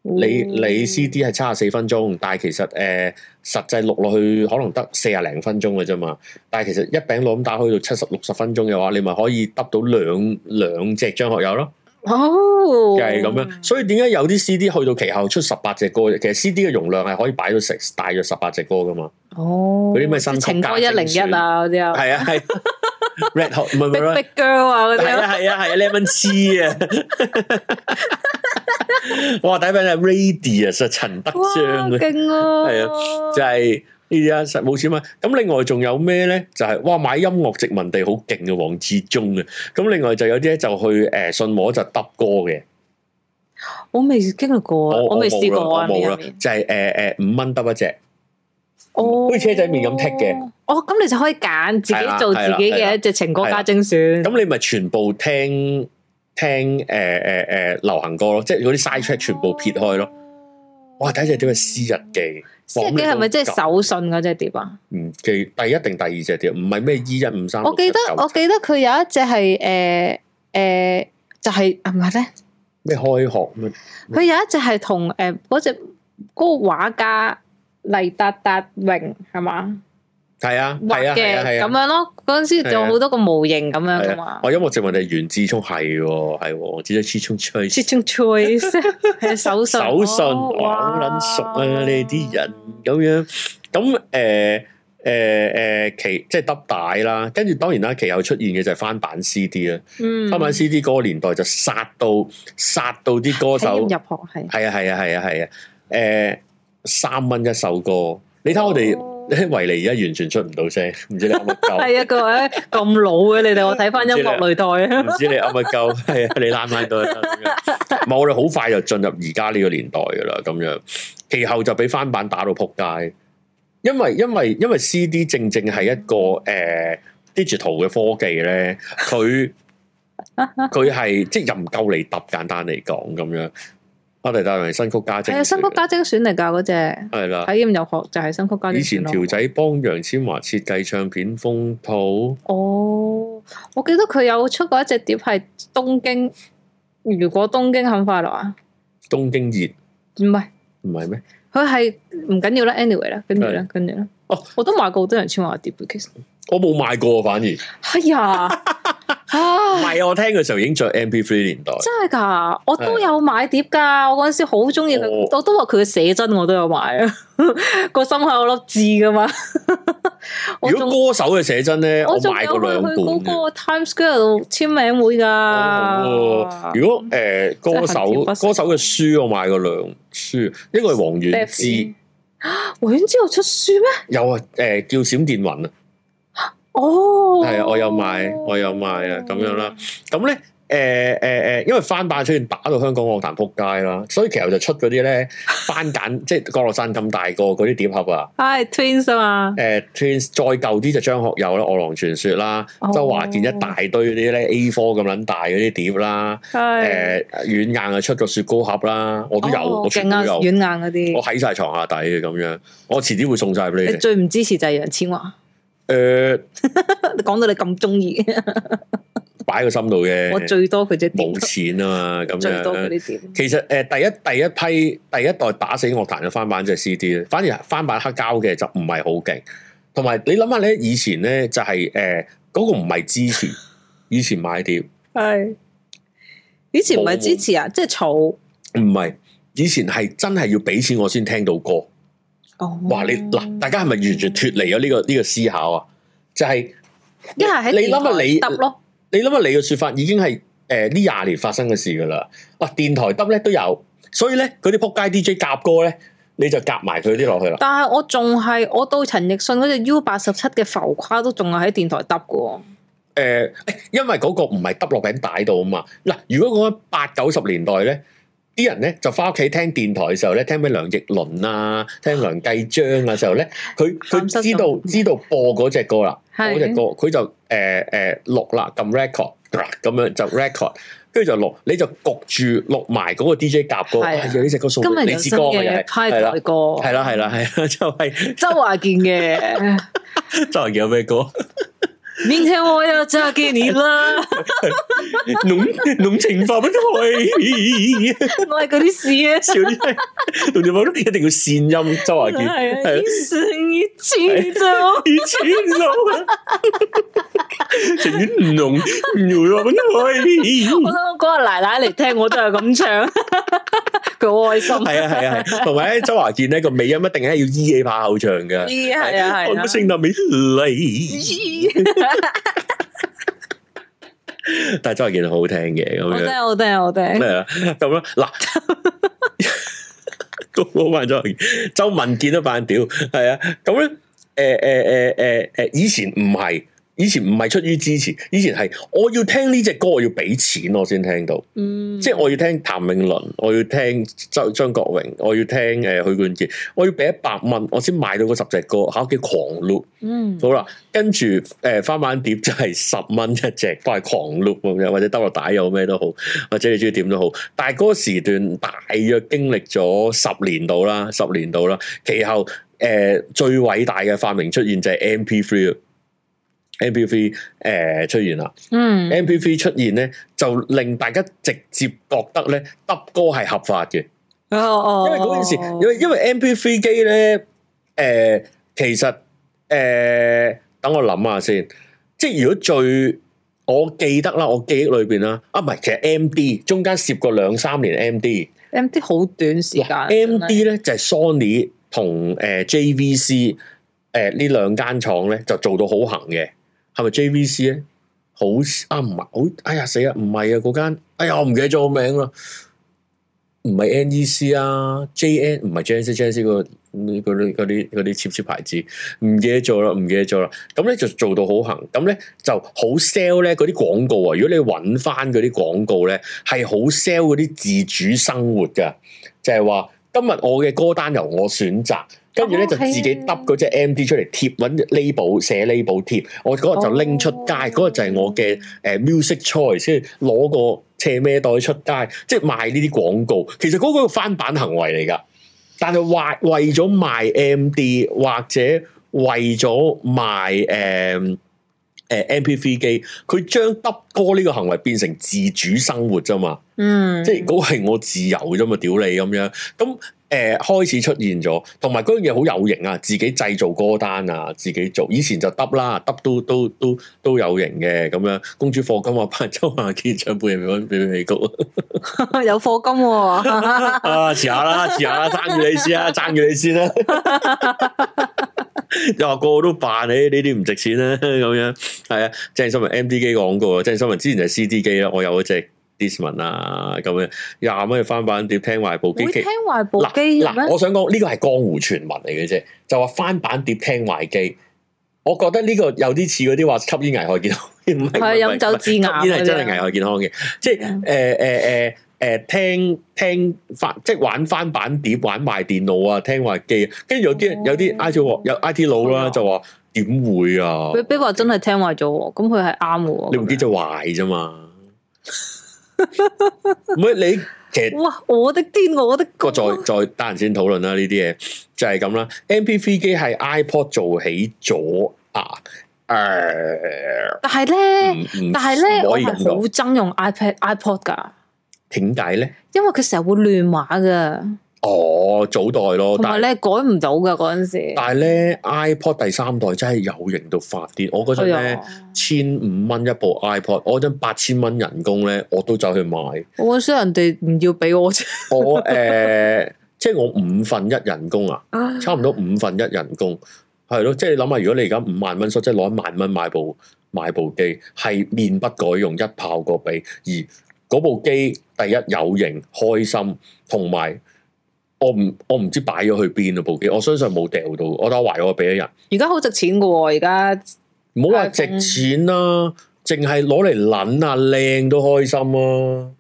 你你 CD 係七十四分鐘，但係其實誒、呃、實際錄落去可能得四廿零分鐘嘅啫嘛。但係其實一餅攞咁打開到七十六十分鐘嘅話，你咪可以得到兩兩隻張學友咯，
哦，
就係咁樣。所以點解有啲 CD 去到其後出十八隻歌嘅？其實 CD 嘅容量係可以擺到成大約十八隻歌噶嘛。
哦，
嗰啲咩新曲
情歌一
加精
零一啊嗰啲啊
係啊 係，Red Hot 唔係唔係唔
，Big
係
Big Girl 啊嗰
係
啲啊，
啊係啊係啊，Lemon Tea 啊！ 哇，第一餅係 Radius 啊，陳德
哇
章啊！
勁啊，
係就係呢啲啊，實冇錢買。咁另外仲有咩咧？就係、哇，買音樂殖民地好勁嘅黃志忠啊！咁另外就有啲咧就去誒、呃信和就揼歌嘅，
我未經歷過啊，我未
冇
試
啦
過
我
啊，
冇
呢
啦
一面，
就係誒誒五蚊揼一隻，
哦，
好似車仔麵咁剔嘅，
哦，咁你就可以揀自
係
己
啦
做自己
係啦係啦
嘅一隻情歌加精選，
咁你咪全部聽聽誒誒誒流行歌咯，即係嗰啲 side track 全部撇開咯。
哦。
哇！第一隻碟係《詩日記》，
C 日記係咪即
啊
係手信嗰隻碟啊？
唔記第一定第二隻碟，唔係咩 E 一五三。
我記得我記得佢有一隻係誒誒，就係啊係咪咧？
咩開學咩？
佢有一隻係同誒嗰隻嗰個畫家黎達達榮係嘛
係啊係
畫
啊係
嘅
啊係
咁
啊！
樣咯。嗰陣時仲有好多個模型咁樣噶
係
嘛
啊，。我音樂殖民地袁志聰係喎，係喎，只咗始終吹
c h i c h choice 係手信，
手信，
哦
哇，好撚熟啊！你哋啲人咁樣，咁呃誒誒誒，呃其即係揼帶啦，跟住當然啦，其後出現嘅就係翻版 CD 啦，
嗯，
翻版 CD 嗰個年代就殺到殺到啲歌
睇入
手
入，學係
係啊係啊係啊係啊，誒三蚊一首歌，你睇我哋
哦
維尼而家完全出唔到聲，唔知你 有冇夠？
係啊，各位咁老嘅你 哋，我睇翻音樂擂台啊
唔，知你噏乜鳩， 係啊，你拉唔拉到啊？咁樣唔係我哋好快就進入而家呢個年代噶啦，咁樣其後就俾翻版打到撲街，因為因為因為 CD 正正係一個誒、呃 digital 嘅科技咧， 佢佢係即係又唔夠嚟揼，簡單嚟講咁樣。我哋帶嚟新曲家
系
精
啊，
選，
新曲家精選嚟㗎嗰只
係啦
體。驗遊學就係新曲家精
以
選
前
咯
條仔幫楊千嬅設計唱片封套，
哦，我記得佢有出過一隻碟係東京，如果東京很快樂啊，
東京熱
唔係
唔係咩？
佢係唔緊要啦，anyway 啦，跟住啦，跟住啦。
哦，
我都買過好多人千話碟嘅，其實
我冇買過，反而唔
係 呀，啊，
係我聽嘅時候已經在 MP3 年代。
真係㗎，我都有買碟㗎，我嗰陣時好中意佢，
哦
我都話佢嘅寫真我都有買啊， 個心口有粒痣㗎嘛， 我
如
仲
果歌手嘅寫真咧，我
我仲
買
有
過
去
兩本
去嗰
嘅。
個 Times Square 度簽名會
哦
㗎，
如果誒、歌
啊真係
手
恨鐵不成
歌手嘅書，我買過兩書，一個係黃遠 之，
黃遠之有出書咩？
有啊誒、叫閃電雲啊。
哦，
係啊我有買我有買啊咁樣啦。咁咧，誒誒誒，呃因為翻版出現打到香港樂壇撲街啦，所以其實就出嗰啲咧翻簡，即係降落傘咁大個嗰啲碟盒啊。
係 Twins 啊嘛
誒、，Twins 呃再舊啲就張學友啦，《餓狼傳說》啦，
哦
周華健一大堆嗰啲咧 A 科咁撚大嗰啲碟啦。誒、
係
軟硬啊出個雪糕盒啦，我都有，
哦
我全部
勁啊，
都
軟
有。
硬嗰啲
我。喺晒床下底嘅咁樣，我遲啲會送晒俾你呃
你
哋。誒、
最唔支持就係楊千嬅， 講到你咁中意，
擺個心度
我
嘅，
最多佢只碟
冇，錢啊嘛，咁
最多
樣
佢。啲碟。
其實誒、呃第一第一批第一代打死樂壇嘅翻版就係 CD 咧，反而翻版黑膠嘅就唔係好勁。同埋你諗下咧，以前咧就係誒嗰個唔係支持，以前買碟唔
係以前唔係支持啊，即係儲。
係，以前係真係要俾錢我先聽到歌。
哦，
哇！你嗱，大家係咪完全脱離咗呢個呢、個思考啊？就係、
一係喺
你諗下你
電台揼咯，
你諗下你嘅說法已經係誒呢廿年發生嘅事噶啦。哇！電台得咧都有，所以咧嗰啲撲街 DJ 夾歌咧，你就夾埋佢啲落去啦。
但係我仲係我到陳奕迅嗰只 U 八十七嘅浮誇都仲係喺電台揼
哦
嘅
誒、誒因為嗰個唔係揼落餅帶度啊嘛。嗱，如果講緊八九十年代咧，啲人咧就翻屋企聽電台嘅時候咧，聽咩梁奕倫啊，聽梁繼章嘅時候咧，佢佢
啊鹹濕
知道
咗
知道播嗰只歌啦，
係
嗰只歌佢就誒誒錄啦，撳 record 咁樣就 record。跟住就錄，你就焗住錄埋嗰個 DJ 夾歌，
係啊
哎呀呢只歌送
喎。今
俾
日
李
有
志
新
剛嘅又係
嘅派
係啦
台，歌，
係啦係啦係啦， 就係
周華健 嘅。
就係有咩歌？
明天我要嫁給你啦！
濃濃情化不 開。
我係嗰啲事啊，
笑啲係同條友一定要善音，周華健
係啊，
係
一生一起走。
以前就情願唔用唔用
我
咁耐。
諗嗰日奶奶嚟聽，我都係咁 唱，佢好開心。
係啊係啊係，同埋咧周華健咧個尾音一定係要 E 依起把口唱嘅。
咦係啊係啊
我乜聖誕美麗，
咦
但係周華健好好聽嘅
我
咁
聽
樣，
我聽我聽，
係啊咁咯嗱。 個個扮周華健，周文健都扮屌，係啊，咁咧，誒誒誒誒誒，以前唔係，以前唔係出於支持，以前係我要聽呢隻歌，我要俾錢我先聽到，
嗯，
即係我要聽譚詠麟，我要聽周張國榮，我要聽誒、呃許冠傑，我要俾一百蚊，我先買到嗰十隻歌，喺屋企狂 loop，
嗯
好啦，跟住誒翻版碟就係十蚊一隻，都係狂 loop 咁樣，或者兜落帶有咩都好，或者你中意點都好。但係嗰個時段大約經歷咗十年度啦，十年度啦。其後誒、呃最偉大嘅發明出現就係 MP3 啦。MP3 誒、呃出現啦
嗯
，MP3 出現咧就令大家直接覺得咧揼歌係合法嘅。
哦哦，
因為嗰件事，因為因為 MP3 機咧，誒、其實誒、呃等我諗下先，即係如果最我記得啦，我記憶裏邊啦，啊唔係，其實 MD 中間涉過兩三年 MD，
M D 好短時間
嗱 MD 咧就係、Sony 同誒、JVC 呃誒、呃呢兩間廠咧就做到好行嘅，係咪 JVC 咧？好似啊，唔係好，哎呀死啊，唔係啊嗰間，哎呀我唔記得咗個名啦，唔係 NEC 啊，JN 唔係 JNC，JNC 個嗰啲嗰啲嗰啲 cheap cheap 牌子，唔記得咗啦，唔記得咗啦，咁咧就做到好行，咁咧就好 sell 咧嗰啲廣告啊，如果你揾翻嗰啲廣告咧，係好 sell 嗰啲自主生活㗎，就係話今日我嘅歌單由我選擇，跟住咧
哦
就自己
係啊
揼嗰只 M D 出嚟貼，揾 label 寫 label 貼。我嗰日就拎出街，
哦
嗰日就係我嘅誒 music choice，跟住攞個斜孭袋出街，即係賣呢啲廣告。其實嗰個翻版行為嚟㗎，但係為為咗賣 M D 或者為咗賣誒。誒 MP3 機，佢將揼歌呢個行為變成自主生活啫嘛，
嗯，
即係嗰個係我自由啫嘛，屌你咁樣。咁誒、呃、開始出現咗，同埋嗰樣嘢好有型啊！自己製造歌單啊，自己做。以前就揼啦，揼都都都都有型嘅咁樣。公主課金啊， 拍周華健唱半夜未揾俾美谷
有課金 喎，
啊，遲下啦，遲下啦，爭住你先啊， 爭住你先啦。又話個個都扮你呢啲唔值錢啦，咁樣係啊。鄭秀文 M D 機廣告啊，鄭秀文之前就係 C D 機啦，我有嗰隻 Discman 啊，咁樣廿蚊嘅翻版碟聽壞部機。
會
其
聽壞部
嗱
機嘅
嗱，
咩？
我想講呢個係江湖傳聞嚟嘅啫，就話翻版碟聽壞機。我覺得呢個有啲似嗰啲話吸煙危害健康，唔係唔係
係飲酒致癌
唔係吸煙係真
嗰啲啊
係危害健康嘅，即係誒
嗯
誒誒誒聽聽翻即係玩翻版碟、玩賣電腦啊、聽壞機啊，跟住有
哦
啲人有啲 I T 有 I T 佬啦就話點會啊？
佢比話真係聽壞咗喎，咁佢係啱嘅
你部機
喎。
就壞啫嘛，唔係你其實。
哇！我的天，我的
個再再單人先討論啦，呢啲嘢就係咁啦。MP3 機係 iPod 做起咗啊，誒、
但係咧，
唔唔
但係咧，
嗯唔
我
可以
係
咁講
好，憎用 iPad、iPod 噶，
點解咧？
因為佢成日會亂碼噶，
哦，早代咯，
同
但
埋
係
咧改唔到噶嗰陣時。
但係咧 iPod 第三代真係有型到發癲，我嗰陣
哎
咧
呀。
千五蚊一部 iPod，我嗰陣八千蚊人工咧，我都走去買。
我想人哋唔要俾我啫，
我誒、呃 即係我五分一人工啊。差唔多五分一人工，係咯，即係你諗下，如果你而家五萬蚊，所以即係攞一萬蚊買部買部機，係面不改容，一炮過俾。而嗰部機第一有型、開心，同埋我唔我唔知擺咗去邊啊部機，我相信冇掉到，我都懷疑我俾咗人。
而家好值錢噶喎，而家
唔好話值錢啦、淨係攞嚟撚啊靚都開心啊！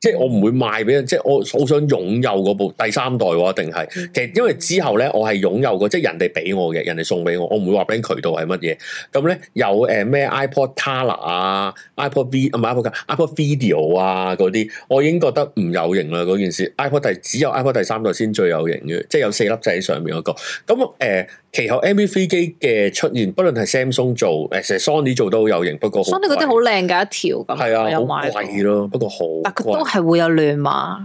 即係我唔會賣俾人，即係我好想擁有嗰部第三代喎，一定係。其實因為之後咧，我係擁有過，即係人哋俾我嘅，人哋送俾我，我唔會話俾人渠道係乜嘢。咁咧有誒咩 iPod Color 啊、iPod V 唔係 iPod iPod Video 啊嗰啲，我已經覺得唔有型啦嗰件事。iPod 第只有 iPod 第三代先最有型嘅，即係有四粒掣喺上面嗰、個。咁誒、呃其後 MP3 機嘅出現，不論係 Samsung 做誒，成 Sony 做都好有型，不過好
Sony 嗰啲好靚噶一條咁，
係啊，
我有
好
買過
貴咯，不過好
但佢都
貴。
係會有亂 碼。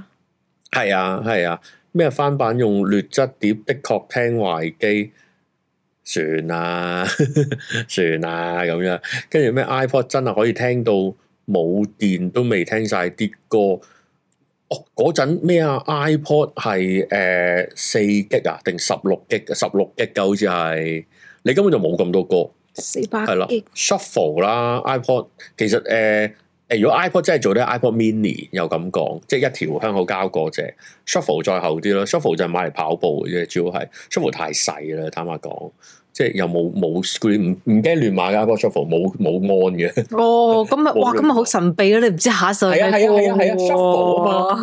係啊，係啊，咩翻版用劣質碟的確聽壞機，算啦， 算啦咁樣。跟住咩 iPod 真係可以聽到冇電都未聽晒啲歌。哦，嗰陣咩啊？iPod 係誒四 G 啊，定十六 G？十六 G 嘅好似係，你根本就冇咁多歌。
四百
係啦
G，
，shuffle 啦，iPod 其實誒誒、呃如果 iPod 真係做咧，iPod mini 又咁講，即係一條香口膠過啫。shuffle 再厚啲咯，shuffle 就係買嚟跑步嘅啫，主要係 shuffle 太細啦，坦白講，即係又冇冇 screen，唔唔驚亂買嘅 iPod shuffle 冇冇安嘅。
哦，咁啊，
冇
哇，
亂
咁啊好神秘啊！你唔知下一首
係啊
咩歌
係啊係啊
喎
shuffle 啊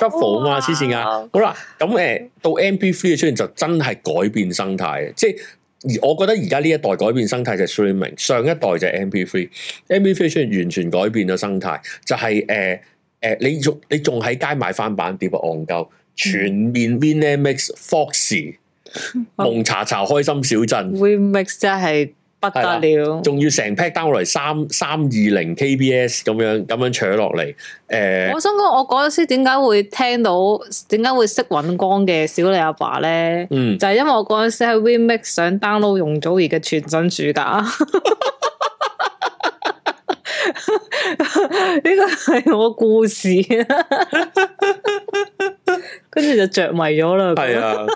shuffle 啊嘛
哇
黐線㗎好啦，咁誒到 MP3 嘅出現就真係改變生態，即係。而我覺得而家呢一代改變生態就係 streaming，上一代就係 MP3，MP3 出現完全改變咗生態，就係誒誒，你仲你仲喺街買翻版碟啊，戇鳩，全面 Winamix、Foxy、蒙查查、開心小鎮，
，remix 真係不得了。
仲要成 pack down 落嚟三三二零 KBS 咁樣咁樣扯落嚟，誒、呃
我想講，我嗰陣時點解會聽到，點解會識尹光嘅小李阿爸咧？
嗯，
就係因為我嗰陣時喺 remix 想 download 容祖兒嘅全新暑假。呢個係我故事，啊跟住就着迷咗啦。咁
係啊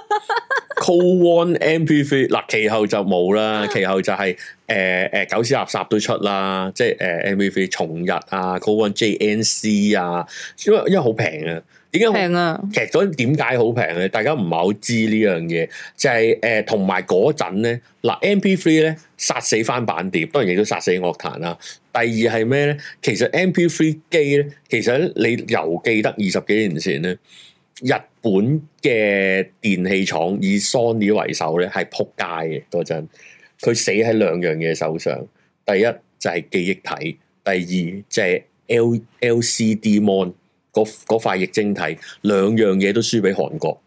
，Cold One MP3 嗱，其後就冇啦，其後就係誒誒狗屎垃圾都出啦，即係呃誒 MP3 重日啊，Cold One JNC 啊，因為因為好平啊，點解好？
平啊！
其實嗰陣點解好平咧？大家唔係好知呢樣嘢，就係誒同埋嗰陣咧，嗱 MP3 咧殺死翻版碟，當然亦都殺死樂壇啦。第二係咩咧？其實 MP3 機咧，其實你猶記得二十幾年前咧，日本嘅電器廠以 Sony 為首咧，係撲街嘅嗰陣。佢死喺兩樣嘢手上，第一就係記憶體，第二就係 L LCD mon 嗰嗰塊液晶體，兩樣嘢都輸俾韓國。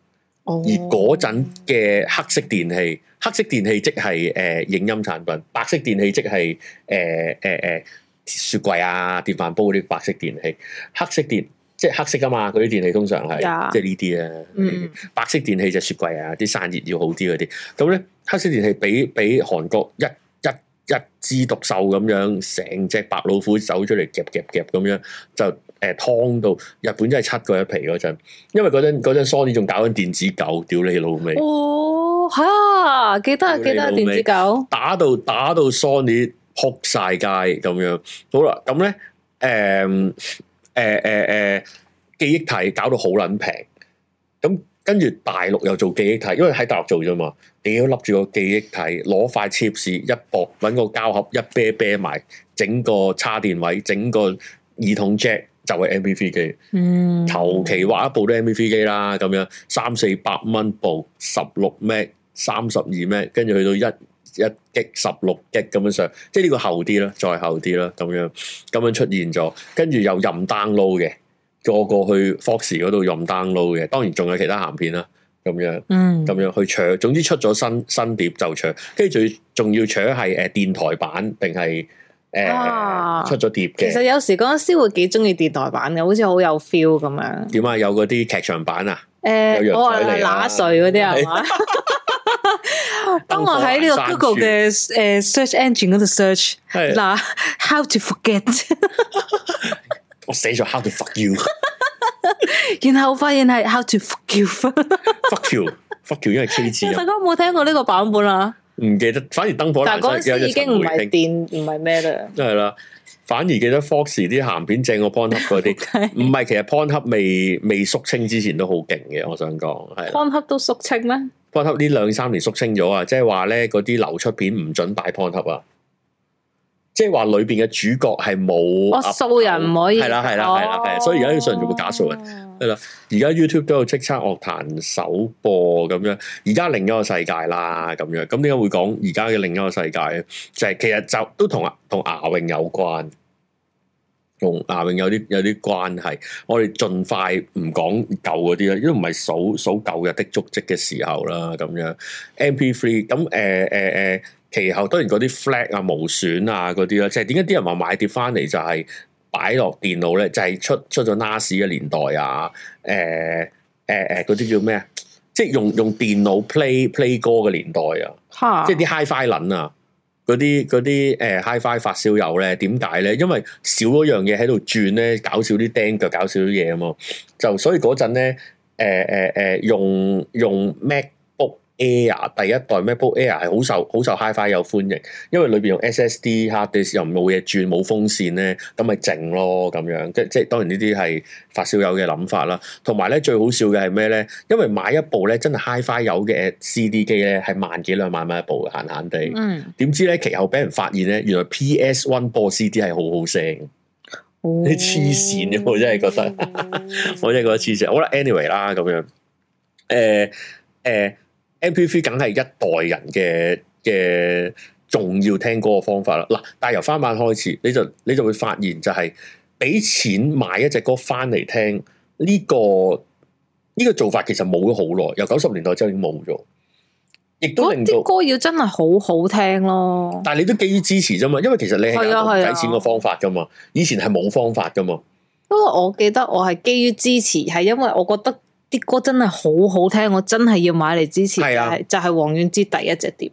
哦
而嗰陣嘅黑色電器，黑色電器即係誒、呃影音產品，白色電器即係誒誒誒雪櫃啊、電飯煲嗰啲白色電器，黑色電即係黑色噶嘛，嗰啲電器通常係
Yeah.
即係呢啲啊。
嗯
白色電器就雪櫃啊，啲散熱要好啲嗰啲。咁咧黑色電器俾俾韓國一一一枝獨秀咁樣，成隻白老虎走出嚟夾夾夾咁樣，就誒、呃、劏到日本真係七個一皮嗰陣，因為嗰陣嗰陣 Sony 仲搞緊電子狗，屌你老味！
哦吓，記得啊記得啊
屌你
電子
老味
狗，
打到打到 Sony 撲晒街咁樣。好啦，咁咧誒誒誒誒記憶體搞到好撚平，咁跟住大陸又做記憶體，因為喺大陸做啫嘛。屌笠住個記憶體，攞塊 chips 一搏，揾個膠盒一啤啤埋，整個叉電位，整個耳筒 jack 就係 MP3 機。
嗯，
求其畫一部都 MV 機啦，咁樣三四百蚊部，十六 M、三十二 M，跟住去到一一 G、十六 G 咁樣上，即係呢個後啲啦，再後啲啦，咁樣咁樣出現咗，跟住又任 download 嘅，個個去 Fox 嗰度任 download 嘅，當然仲有其他鹹片啦，咁樣。
嗯
咁樣去搶，總之出咗新新碟就搶，跟住仲仲要搶係誒電台版定係
啊
誒出咗碟
其實
嘅？
有時嗰陣時會幾中意電台版嘅，好似好有 feel 咁樣。
點啊？有嗰啲劇場版啊？
誒，
有
我
陽
係
台嚟
乸
啊
碎嗰啲係嘛？當我喺呢個 Google 嘅誒 search engine 嗰度 search
係
嗱，how to forget，
我寫咗 How to fuck you，fuck
然後發現係 how to forgive。
you，fuck you，因為 K 字
大 家
音
有冇聽過呢個版本啊？
唔記得，反而燈火
但係嗰
闌
陣
珊
時
有
已
隻
經
陳
唔
會
係
興，
電，唔係咩啦。
真係啦。反而記得 Fox 啲鹹片正過 PornHub 嗰啲，唔係其實 PornHub 未未肅清之前都好勁嘅，我想講 係啦。
Pornhub 都肅清咩？
PornHub 呢兩三年肅清咗啊，即係話咧嗰啲流出片唔准擺 PornHub 啊，即係話裏邊嘅主角係冇
我素人唔可以。哦
係啦係啦係啦係啦，所以而家啲素人全部假素人。
人。
係啦，而家 YouTube 都有叱咤樂壇首播咁樣，而家另一個世界啦咁樣。咁點解會講而家嘅另一個世界咧？就係、其實就都同啊同牙泳有關，同牙泳有啲有啲關係。我哋盡快唔講舊嗰啲啦，因為唔係數數舊日的足跡嘅時候啦咁樣。MP3 咁誒誒誒，其後當然嗰啲 flag 啊、無損啊嗰啲啦，即係點解啲人話買碟翻嚟就係、擺落電腦咧，就係、出出咗 NAS 嘅年代啊，誒誒誒嗰啲叫咩啊？即係用用電腦 play play 歌嘅年代啊，
嚇！
即係啲 HiFi 撚啊，嗰啲嗰啲誒 HiFi 發燒友咧，點解咧？因為少嗰樣嘢喺度轉咧，搞少啲釘腳，搞少啲嘢啊嘛，就所以嗰陣咧，誒誒誒用用 MacBook Air 第一代 MacBook Air 係好受好受 HiFi 友歡迎。因為裏邊用 SSD hard disk 又冇嘢轉，冇風扇咧，咁咪靜咯咁樣。即即當然呢啲係發燒友嘅諗法啦。同埋咧最好笑嘅係咩咧？因為買一部咧真係 HiFi 友嘅 CD 機咧係萬幾兩萬蚊一部嘅，閒閒地。
嗯，
點知咧其後俾人發現咧，原來 PS One 播 CD 係好好聲。
你
黐線嘅我真係覺得我
哦
真係覺得黐線。好啦，anyway 啦，咁樣，誒誒，MP3 梗係一代人嘅嘅重要聽歌嘅方法啦。嗱，但係由翻版開始，你就你就會發現就係、俾錢買一隻歌翻嚟聽呢、個呢、個做法其實冇咗好耐，由九十年代之後已經冇咗，亦都
嗰
令
啲
到。
歌要真係好好聽咯。
但係你都基於支持啫嘛，因為其實你係
係
有
啊
唔
係啊
使錢嘅方法噶嘛，以前係冇方法噶嘛。
因為我記得我係基於支持，係因為我覺得啲歌真係好好聽，我真係要買嚟支持。
係啊
就係就係王菀之第一隻碟，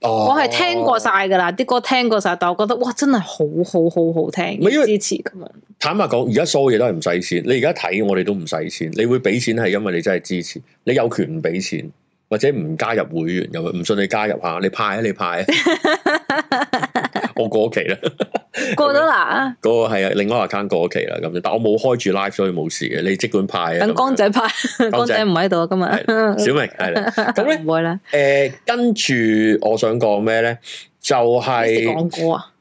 哦
我係聽過晒噶啦，啲歌聽過晒，但我覺得哇，真係好好好好聽，
唔係因
要
為
支持咁樣。
坦白講，而家所有嘢都係唔使錢。你而家睇我哋都唔使錢，你會俾錢係因為你真係支持，你有權唔俾錢，或者唔加入會員，又唔信你加入下，你派啊你 派啊！我過期啦，
過咗啦，
嗰、個係啊，另外一個 account 過期啦咁樣，但我冇開住 live 所以冇事嘅，你即管派啊。
等
咁樣
江仔拍， 江
江仔
仔唔喺度啊，今日
小明係啦，咁咧
唔會啦，
誒跟住我想講咩咧？就係、
講歌啊，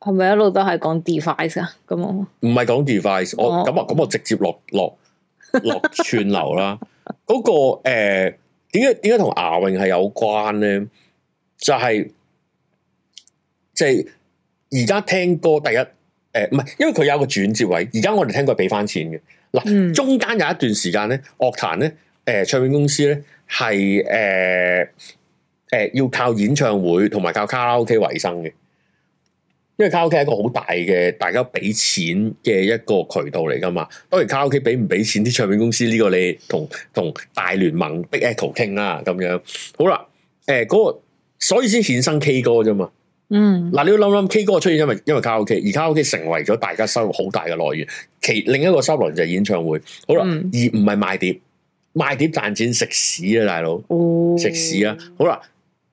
係咪一路都係講 device 啊？咁我
唔係講 device，我
哦
咁啊，咁我直接落落 落串流啦。嗰、個誒點解點解同牙泳係有關咧？就係即係而家聽歌第一誒，唔係因為佢有一個轉接位，而家我哋聽歌係俾翻錢嘅。
嗯
中間有一段時間咧，樂壇咧，誒、唱片公司咧係誒誒要靠演唱會同埋靠卡拉 OK 為生嘅，因為卡拉 OK 係一個好大嘅大家俾錢嘅一個渠道嚟噶嘛。當然卡拉 OK 俾唔俾錢啲唱片公司呢、個你同同大聯盟 Big Apple 傾啦，咁樣好啦。誒、嗰、個所以先衍生 K 歌啫嘛。
嗯
嗱，你要諗諗 K 歌出現，因為因為卡拉 OK，而卡拉 OK 成為咗大家收入好大嘅來源。其另一個收入來源就係演唱會，好啦，
嗯
而唔係賣碟，賣碟賺錢食屎啊，大佬
哦
食屎啊！好啦，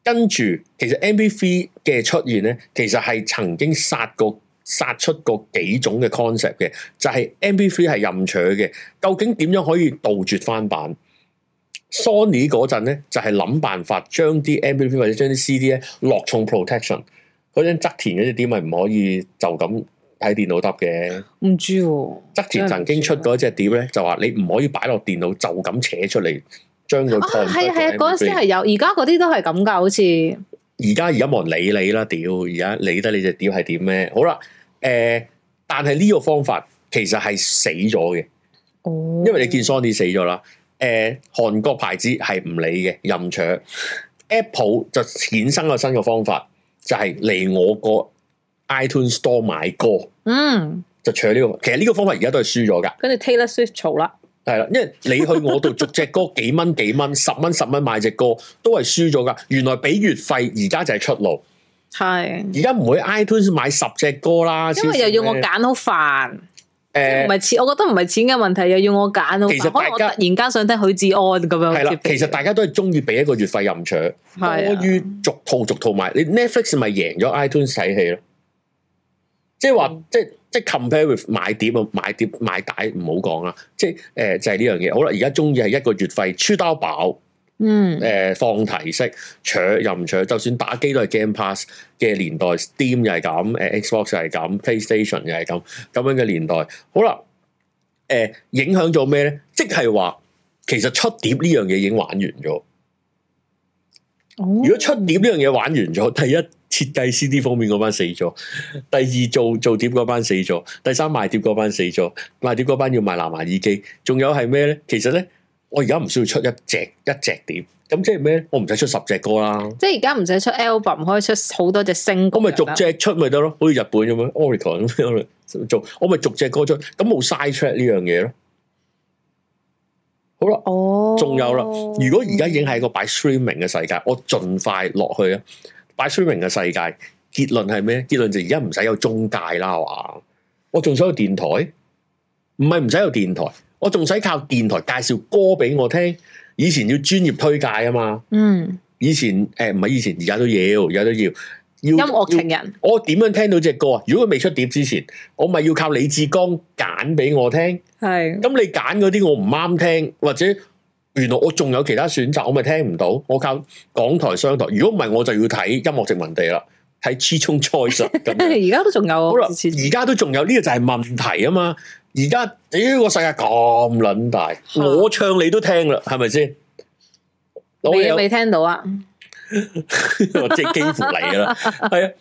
跟住其實 MV3 嘅出現咧，其實係曾經殺過殺出過幾種嘅 concept 嘅，就係 MV3 係任取嘅，究竟點樣可以杜絕翻版？Sony 嗰陣咧就係、諗辦法將啲 MV3 或者將啲 CD 咧落重 protection。嗰陣側田嗰隻碟咪唔可以就咁喺電腦揼嘅。
哦唔知喎，啊
側田曾經出嗰隻碟咧，就話你唔可以擺落電腦就咁扯出嚟，將佢
啊係啊係啊，
convert 做
嗰陣時
MP3
係有，而家嗰啲都係咁噶，好似
而家而家冇人理你啦，屌！而家理得你隻碟係點咩？好啦，誒、但係呢個方法其實係死咗嘅，
哦
因為你見 Sony 死咗啦。誒、韓國牌子係唔理嘅，任搶 Apple 就衍生個新嘅方法，就係、嚟我個 iTunes Store 買歌。
嗯，
就取呢、個，其實呢個方法而家都係輸咗㗎，
跟住 Taylor Swift 嘈啦，
係啦，因為你去我度逐隻歌幾蚊幾蚊，十蚊十蚊買只歌都係輸咗㗎。原來俾月費而家就係出路，
係
而家唔會 iTunes 買十隻歌啦，
因為又要我
啊誒、
揀好煩，即係唔
呃
係錢，我覺得唔係錢嘅問題，又要我揀好
其實
煩，可能我突
大家
然間想聽許志安咁樣，
係啦，其實大家都係中意俾一個月費任取，
係啊
多於逐套逐套買。你 Netflix 咪贏咗 iTunes 睇戲咯，即係話
嗯
即係即係 compare with 買碟啊，買碟買帶唔好講啦，即係誒、呃就係呢樣嘢。好啦，而家中意係一個月費，出刀飽。
嗯
誒、呃放題式，搶又唔搶，就算打機都係 Game Pass 嘅年代，Steam 又係咁，誒、Xbox 又係咁，PlayStation 又係咁，咁樣嘅年代，好啦，誒、影響咗咩咧？即係話其實出碟呢樣嘢已經玩完咗。
如
如果出碟呢樣嘢玩完咗，第一設計 CD 封面嗰班死咗，第二做做碟嗰班死咗，第三賣碟嗰班死咗，賣碟嗰班要賣藍牙耳機，仲有係咩咧？其實咧，我而家唔需要出一隻一隻碟，咁即係咩呢？我唔使出十隻歌啦。
即係而家唔使出 album，可以出好多隻星，
我咪逐隻出咪得咯，好似日本咁樣 Oricon 咁樣咯做，我咪逐隻歌出，咁冇 side track 呢樣嘢咯。好啦，
哦，
仲有啦，如果而家已經係一個擺 streaming 嘅世界，我盡快落去啊！擺 streaming 嘅世界，結論係咩？結論就而家唔使有中介啦，係嘛？我仲想有電台，唔係唔使有電台，我仲使靠電台介紹歌俾我聽。以前要專業推介啊嘛，
嗯
以前誒唔係以前，而家都要，而家都要。要
音樂情人
我點樣聽到隻歌啊？如果佢未出碟之前，我咪要靠李志剛揀俾我聽。
係
咁你揀嗰啲我唔啱聽，或者原來我仲有其他選擇，我咪聽唔到。我靠港台商台，如果唔係我就要睇音樂殖民地啦，睇 Chi Chung Choice 啦咁樣。
而家都仲有啊
好啦，
好似
而家都仲有呢、個就係問題啊嘛。而家屌個世界咁撚大，
嚇
我唱你都聽啦，係咪先？我
你
有
未聽到啊？
即係幾乎嚟㗎啦，係啊，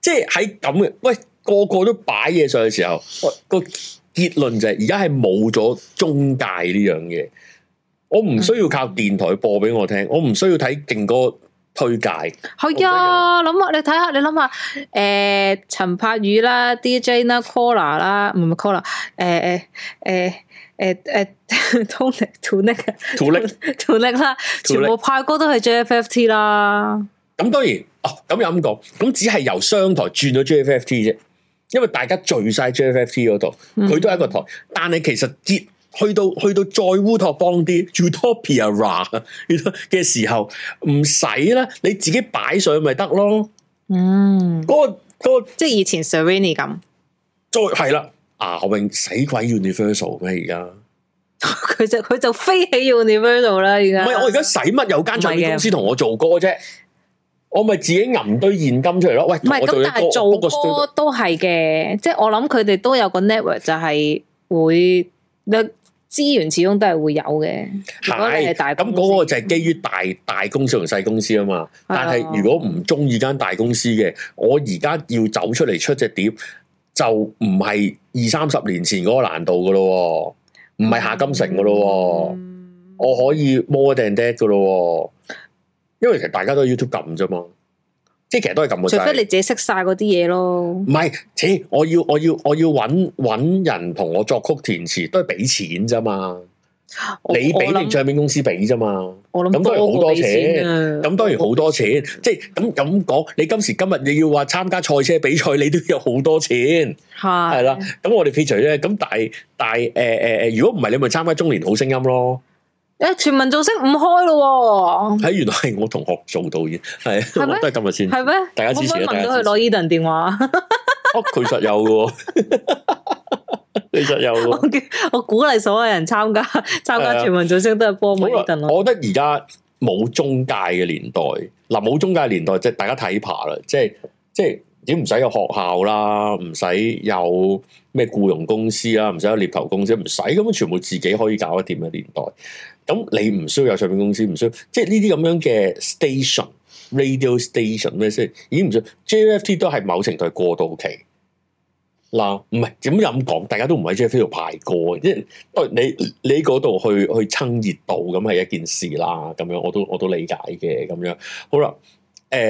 即係喺咁嘅，喂，個個都擺嘢上去嘅時候，喂個結論就係而家係冇咗中介呢樣嘢，我唔需要靠電台播俾我聽，我唔需要睇勁歌推介，
係啊，諗下你睇下，你諗下，誒陳柏宇啦、DJ 啦、Cola 啦，唔係 Cola，誒誒誒誒誒 Tonic Tonic
努力。
Tonic 啦，全部派歌都係 JFFT 啦，
咁當然，哦，咁又咁講，咁只係由商台轉咗 JFFT 啫，因為大家聚晒 JFFT 嗰度，
嗯
佢都係一個台，但係其實結去到去到再烏托邦啲 Utopia Ra 嘅時候，唔使啦，你自己擺上去咪得咯。
嗯，
嗰、個嗰、個
即係以前 Serrini 咁，
再係啦，牙泳使鬼 Universal 咩？而家
佢就佢就飛起 Universal 啦，而家
唔係我而家使乜有間唱片公司同我做歌啫？我咪自己揞堆現金出嚟咯。喂，
唔係
我
咁，但係做
book 個 studio
歌都係嘅，即係我諗佢哋都有個 network 就係會你資源始終都係會有嘅。如果你係
係
大
咁
公司
嗰個就係基於大大公司同細公司啊嘛。但係如果唔中意間大公司嘅，我而家要走出嚟出隻碟，就唔係二三十年前嗰個難度噶咯喎，唔係下金城噶咯喎，
嗯
我可以 more than that 噶咯喎，因為其實大家都喺 YouTube 撳啫嘛，即係其實都係撳個
除非
掣
你。自己識晒嗰啲嘢咯。
唔係，切！我要我要我要揾揾人同我作曲填詞，都係俾錢啫嘛。
我
你俾
我諗
定唱片公司俾啫嘛。
我諗
咁當然好
過
多
俾
錢
錢啊！
咁當然好多錢，即係咁咁講。你今時今日你要話參加賽車比賽，你都有好多錢，
係
係啦。咁我哋撇除咧，咁但係但係誒誒誒，如果唔係你咪參加中年好聲音咯。
誒全民造星唔開咯
喺原來係我同學做導演，係
嗯係咩
我都係今日先
喎，。係咩？
大家支持啊
可唔可以問
大家
到佢
支持
攞 Eden 電話？
哦，佢實有嘅喎， 你實有嘅喎。
我叫我鼓勵所有人參加參
係啊啊
加全民造星都係波米
好啦
頓咯。
我覺得而家冇中介嘅年代，嗱冇中介嘅年代，即係大家睇怕啦，即係即係已經唔使有學校啦，唔使有咩僱傭公司啦，唔使有獵頭公司，唔使咁樣全部自己可以搞得掂嘅年代。咁你唔需要有唱片公司，唔需要即係呢啲咁樣嘅 station、radio station 咩先，已經唔需要。JFT 都係某程度係過渡期。嗱，唔係點咁講，大家都唔喺 JFT 度排歌，即係當然你你嗰度去去蹭熱度咁係一件事啦，咁樣我都我都理解嘅咁樣。好啦，誒、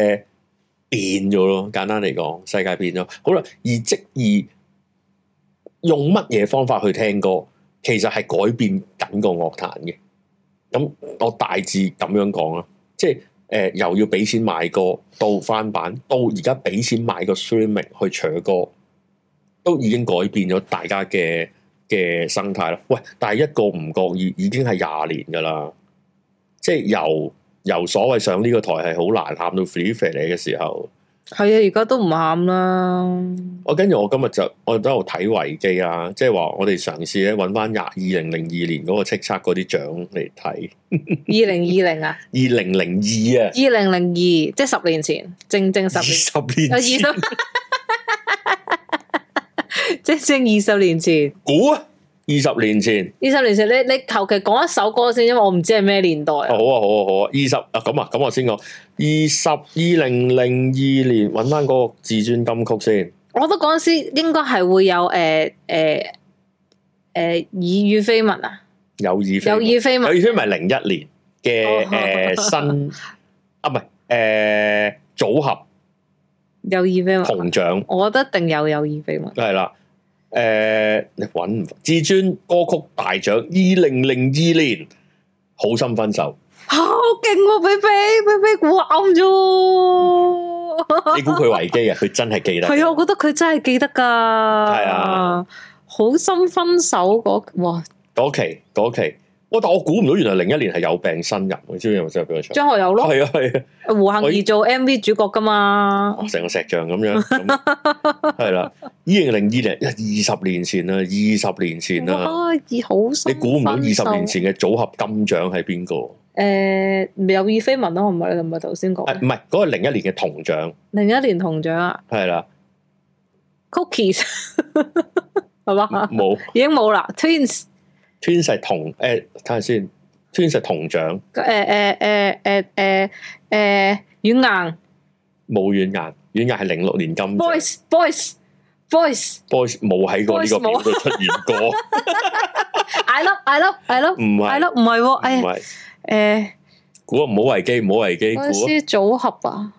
變咗咯，簡單嚟講，世界變咗。好啦，而即而用乜嘢方法去聽歌，其實係改變緊個樂壇嘅。咁我大致咁樣講啦，即係誒、又要俾錢買歌，到翻版，到而家俾錢買個 streaming 去搶歌，都已經改變咗大家嘅。嘅生態咯。喂，但係一個唔覺意已經係廿年噶啦，即係由由所謂上呢個台係好難喊到 free 肥你嘅時候，
係啊，而家都唔啱啦。
我跟住我今日就我都喺度睇維基啦，即係話我哋嘗試咧揾翻廿二零零二年嗰個叱咤嗰啲獎嚟睇，
二零二零啊，
二零零二啊
二，零零二，即係十年前，正正十
二
年前。
十年
有二
前
十，即正二十 年前，
估啊，二十年前，
二十年前你你求其講一首歌先，因為我唔知係咩年代
哦
啊。
好啊好啊好啊，二十啊咁啊咁我先講二十二零零二年揾翻嗰個至尊金曲先，
我覺得嗰陣時應該係會有呃誒誒誒以與非文啊，
有意非
有以非
有
文
意非咪零一年
哦
嘅誒新啊，唔係誒組合
有以非文，啊
銅獎
我覺得一定有有以非文。
係啦。誒、你揾唔至尊歌曲大獎二零零二年，好心分 手，
好勁喎，比比比比估啱
你
咗。
估佢維基啊？佢真係記得，
係啊，我覺得佢真係記得㗎。係
啊，
好心分手嗰哇，
嗰期嗰期，我但我估唔到，原來零一年係有病新人，你知唔知有冇真係俾佢 唱？
張學友咯。
係啊係啊。
胡杏兒做 M V 主角噶嘛？
哦成個石像咁樣，咁 係啦。二零零二年，二十年前啊啦，二十年前啊啦，
哇，以好
你
心
估唔到二十年
分手？
前嘅組合金獎係邊個？
诶、有意非文咯，唔係你唔係頭先
係
講
唔係嗰個零一年嘅銅獎
另一年銅獎啊
係啦，
，Cookies 係嘛？
冇
已經冇啦，Twins
Twins 係銅誒，睇下先，Twins 係銅獎
诶诶诶诶诶诶軟硬
冇軟硬，軟硬係零六年金獎
Boys Boys Boys
Boys 冇喺過呢個
Boys
表
冇
度出現 過，
I love I love I love
唔
I
係
love 唔係喎，
唔
诶
係，
诶
估啊唔好維基，唔好維基，估
嗰
啊
陣時組合啊，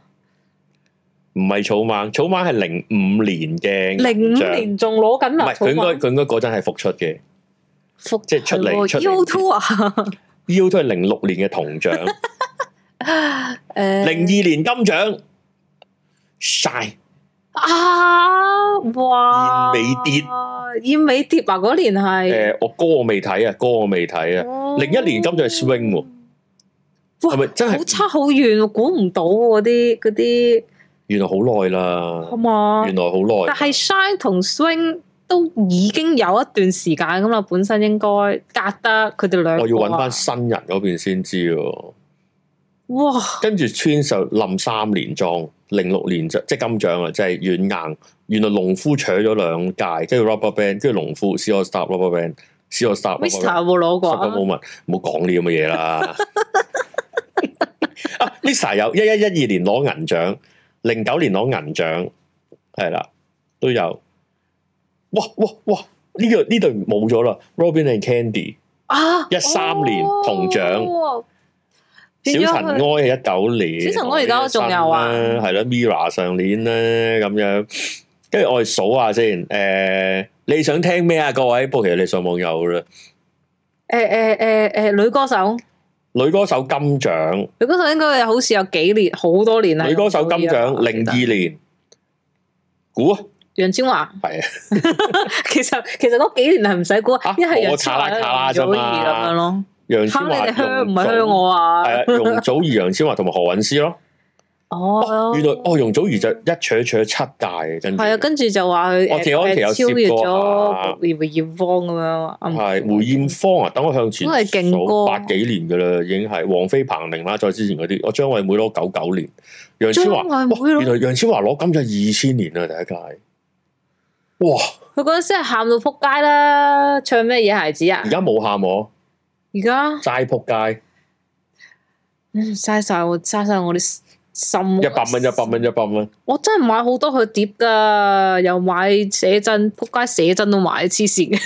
唔係草蜢，草蜢係零五年嘅
零五
銀獎
年仲攞緊啊
唔
啦，
係佢應該佢應該嗰陣係復出嘅
復
即係出嚟出嚟
U Two 啊，
，U 都係零六年嘅銅獎，
诶呃
零二年金獎晒
啊！哇！
燕尾蝶，
燕尾蝶啊！嗰年係哦
誒，我歌我未睇啊，歌我未睇啊。零一年金像係 swing 喎
哇
係咪真係
好差好遠，估唔到喎嗰啲嗰啲
原來好耐啦
係，嘛
原？來好耐。
但係 shine 同 swing 都已經有一段時間咁啦，本身應該隔得佢哋兩個啊。
我要揾翻新人嗰邊先知喎。
哇！
跟住村就冧三連莊，零六年就即係金獎啊，即係軟硬。原來農夫扯咗兩屆，跟住 Rubber Band，跟住農夫 See All Star Rubber Band 斯諾沙
Mr 有冇攞過啊
Stop moment，唔好講呢咁嘅嘢啦。 啊，Lisa 有一一一二年攞銀獎，零九年攞銀獎，係啦，都有。哇哇哇！呢個呢隊冇咗啦，Robin and Candy
啊！
13年
哦
銅獎小
變咗佢
塵埃係一九年，哦
小塵埃而家仲有啊
係啦，Mira 上年咧咁樣，跟住我哋數下先。誒、你想聽咩啊？各位，不過其實你上網有啦。
誒誒誒誒，女歌手，
女歌手金獎，
女歌手應該好似有幾年，好多年啦。
女歌手金獎
我記
零
得
二年，估啊，
楊千嬅
係啊，
其實其實嗰幾年係唔使估，
啊
一係楊千
我卡拉
嬅，
卡拉
一係容祖兒
咋嘛
咁樣咯。
楊
嚇
千
你
嬅
哋香唔係
容
香
祖
我啊？
係啊，容祖兒、楊千嬅同埋何韻詩咯。
哦，
原來哦，容祖兒就一扯扯七屆，跟住
係啊，跟住就話佢
我
誒
記得我記得有
誒超越
涉過啊
咗梅梅艷芳咁樣啊。嗯
係梅艷芳啊！等我向前
都係勁
數
歌
八幾年噶啦，已經係王菲、彭玲啦，再之前嗰啲，我張惠妹攞九九年，楊千嬅
張惠妹
哇
咯
原來楊千嬅攞金獎二千年啊，第一屆。哇！
佢嗰陣時係喊到撲街啦，唱咩嘢孩子啊
而？家冇喊我，
而家
齋撲街。
嗯嘥晒我嘥晒我啲心。
一百蚊，一百蚊，一百蚊。
我真係買好多佢碟噶，又買寫真，仆街寫真都買，黐線嘅。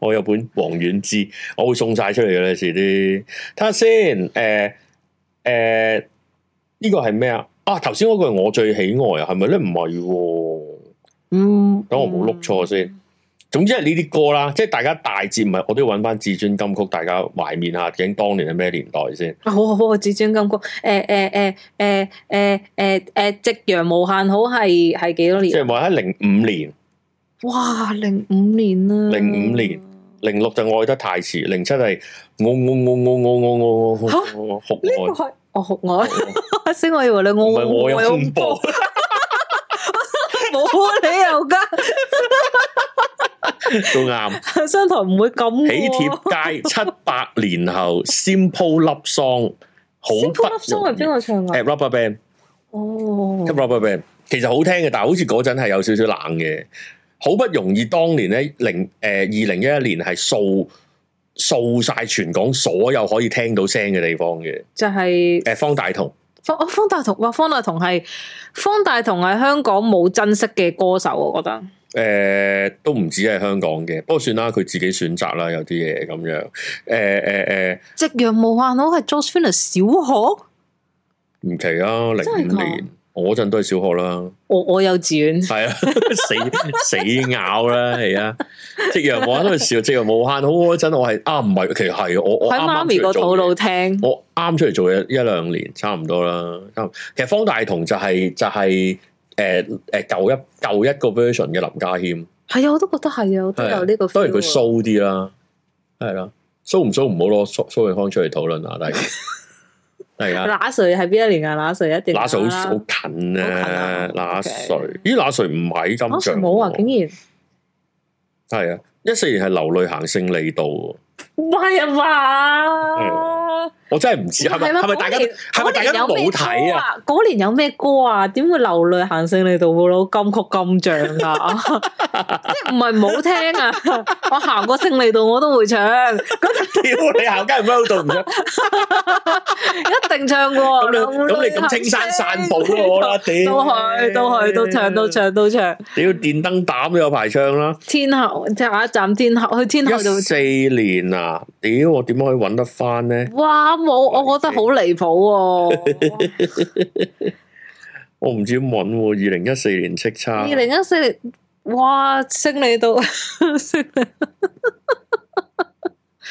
我有本黃遠枝，我會送晒出嚟嘅有時啲。睇下先，誒、誒，呢、個係咩啊？啊，頭先嗰個係我最喜愛啊，係咪咧？唔係喎，
嗯，
等我冇碌錯先。總之係呢啲歌啦，即係大家大致唔係，我都要揾翻至尊金曲，大家懷緬下究竟當年係咩年代先。
好好好，至尊金曲，誒誒誒誒誒誒誒，夕陽無限好係係幾多
即
年？
係話喺零五年、
哇，零五年啦，
05年零六就愛得太遲，零七係我我我我我我我
嚇
我我酷
呢個係我學我，先我以為你我
愛，唔係我有恐怖。
冇理由噶，
都啱。
商台唔會咁
喜帖
喎。
街七百年後 Simple Love Song 好不
Simple Love Song 係
容易
邊。個唱
誒
噶？
Rubber Band，Rubber
哦，
Band 其實好聽嘅，但係好似嗰陣係有少少冷嘅。好不容易當年咧，零誒二零一一年係掃掃晒全港所有可以聽到聲嘅地方嘅。
就係
誒方大同
方哦方大同，哇！方大同係方大同係香港冇珍惜嘅歌手，我覺得。
誒、都唔止係香港嘅，不過算啦，佢自己選擇啦，有啲嘢咁樣。誒誒誒，
夕陽無限好係 George Finnis 小學，
唔奇啊，零
真係
五
㗎
年我嗰陣都係小學啦。
我我幼稚園，
系啊，死死咬啦，係啊！夕陽無限都係笑，夕陽無限好嗰陣，我係啊唔係，其實係我我
喺
啱
媽
啱
咪
出
個
嚟
肚
做
度
嘢，
聽。
我啱出嚟做嘢一兩年，差唔多啦。差唔其實方大同就係、就係誒誒舊一舊一個 version 嘅林家謙，
係啊，我都覺得係啊，我都有呢個 feel 啊。
當然佢騷啲啦，係啦，騷唔騷唔好攞蘇蘇永康出嚟討論啊，大家係 啊。
乸水係邊一年啊？乸水一定
那瑞
啦
好好近啊！那
好近啊
瑞，咦？那瑞唔喺
乸
咁
水
像
冇啊！
喎
竟然
係啊，一四年係流淚行勝利道喎，
唔係啊嘛。
我真係唔知係咪
係咯
係咪大家
嗰年
係咪大家都冇睇啊？？
嗰年有咩歌啊？點會流淚行勝利道會攞金曲金像 噶？即係唔係唔好聽啊！我行過勝利道我都會唱，
屌你行街唔嬲到唔 得，
一定唱過。
咁你咁你咁青山散步都好啦，屌
都去
嗯
都去都唱都，唱都唱。
屌電燈膽都有排唱 啦！
天后即係下一站天后，去天后就
一四年啊，屌我點可以揾得翻咧？
哇冇，我覺得好離譜喎。
我唔知點揾喎，二零一四年叱
二
咤，
零一四年，哇勝利道 勝利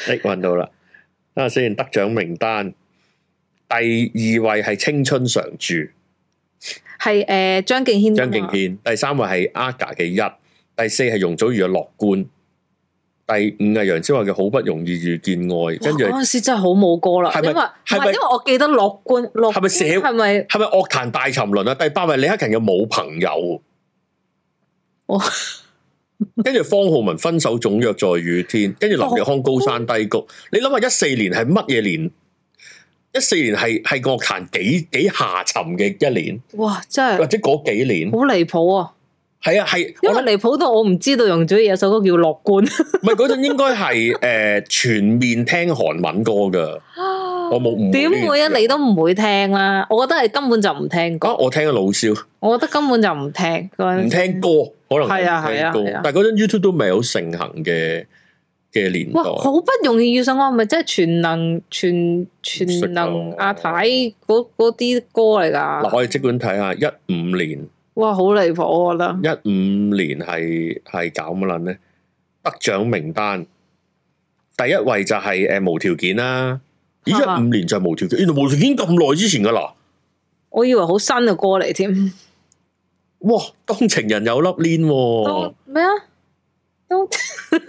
誒揾到啦，睇下先得獎名單，第二位係青春常駐。
係誒張敬軒啊
張
嘛。
敬軒，第三位係 Aga 嘅一，第四係容祖兒嘅樂觀，第五係楊千嬅嘅好不容易遇見愛，跟住
哇哦嗰陣時真係好冇歌啦，
係咪
因為
係
唔係
咪
因為我記得樂觀樂
係咪社
觀係咪
係咪樂壇大沉淪啊？第八位李克勤嘅冇朋友，
哦
跟住方浩文分手總約在雨天，跟住林奕匡高山低谷，你諗下一四年係乜嘢年？一四年係係樂壇幾幾下沉嘅一年，
哇真係
或者嗰幾年
好離譜啊！
係啊，係
哦因
我
為
諗，
離譜到我唔知道容祖兒有首歌叫《樂 觀》
唔係嗰陣應該係诶全面聽韓文歌噶，我冇誤
哦點會啊？
呢件事
你都唔會聽啦，我覺得係根本就唔聽
啊
歌，
我聽咗老少，
我覺得根本就唔聽嗰陣
唔啊聽歌，可能
係啊
唔聽
係啊
歌
係啊
但係嗰陣 YouTube 都唔係好盛行嘅嘅年
哇，
代。
好不容易遇上我，係咪真係全能全
啊
全能阿太嗰嗰啲歌嚟
嗱，
㗎？
我哋即管睇下一五年，
哇，好離譜啊我覺得。
一五年係係搞乜撚咧？得獎名單第一位就係、誒、無條件啦。咦，
係嘛
一五年就係無條件，原來無條件咁耐之前噶啦。
我以為好新嘅歌嚟添。
哇，當情人有粒鏈喎
當，咩啊？當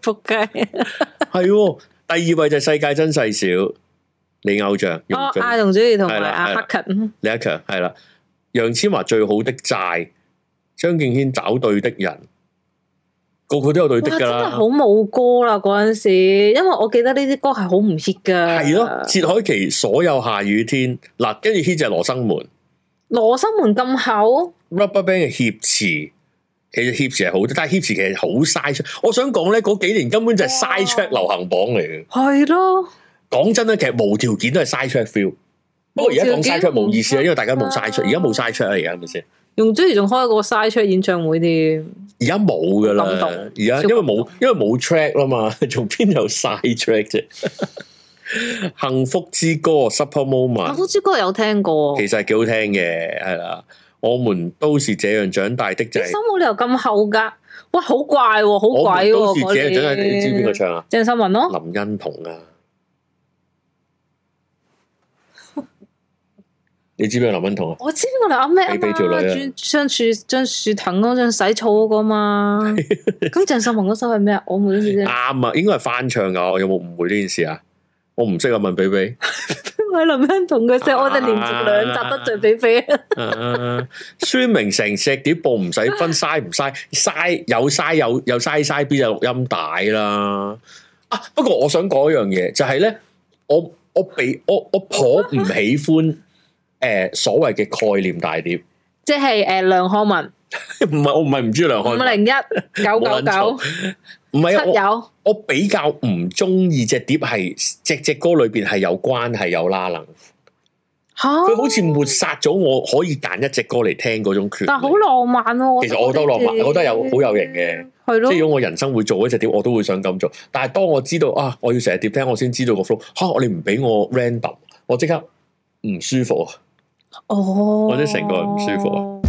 仆街！
係喎。第二位就係世界真細小，你偶像
哦
容，俊
阿容祖兒同埋
係啦係
阿
啦
黑勤，
李克強係啦。楊千嬅最好的債，張敬軒找對的人，個個都有對的
哇，
㗎
真係
啦
好。冇歌啦嗰陣時，因為我記得呢啲歌係好唔 hit 噶。
係咯，薛凱琪所有下雨天嗱，跟住 hit 就係羅生門。
羅生門咁厚，
Rubberband 嘅挾持，其實挾持係好，但係挾持其實好嘥出。我想講咧，嗰幾年根本就係嘥出流行榜嚟嘅。
係咯，
講真咧，其實無條件都係嘥出 feel。不過而家講嘥出冇意思啊啦，因為大家
嗯
冇嘥出，而家冇嘥出啦，而家係咪先？
容祖兒仲開過嘥出演唱會添，
而家冇噶啦，
感動
而家因為冇因為冇 track 啦嘛， 仲邊有嘥 track 啫？幸福之歌 Super
我
Moment
都知歌有聽過。
其實係幾好聽嘅，係啦。我們都是這樣長大的就
啲
係
心冇理由咁厚噶，哇，好怪喎，好
我們
鬼
都是
喎
這
嗰
樣長大的，你知唔知邊個
啲。
唱啊？
鄭秀文咯，
林欣彤啊， 你知唔知林 欣彤啊？
我知邊個嚟阿咩啊
俾俾條女
嘛
啊，
張張樹張樹藤嗰張洗草嗰個 嘛，咁鄭秀文嗰首係咩啊？我冇知啫，
啱啊，應該係翻唱噶，我有冇誤會呢件事啊？我唔識啊，問比比。
我林欣彤嘅聲，我哋連續兩集得罪比比，
啊宣明成石碟布唔使分嘥唔嘥，嘥有嘥有有嘥嘥邊有錄音帶啦。啊，不過我想講一樣嘢，就係咧，我我被我我頗唔喜歡诶、呃所謂嘅概念大碟，
即係诶梁漢文
唔係我唔係唔中意梁漢
五
文，
零一九九九
唔係啊
七
我。
友，
我比較唔中意只碟係只只歌裏邊係有關係有拉能，
吓，
佢好似抹殺咗我可以揀一隻歌嚟聽嗰種權利。
但係好浪漫喎。
其實我都浪漫我覺得有好有型嘅，
係咯
即係，如果我人生會做一隻碟，我都會想咁做。但係當我知道啊，我要成日碟聽，我先知道個 flow。嚇、你唔俾我 random，我即刻唔舒服啊！
哦，
或者成個人唔舒服啊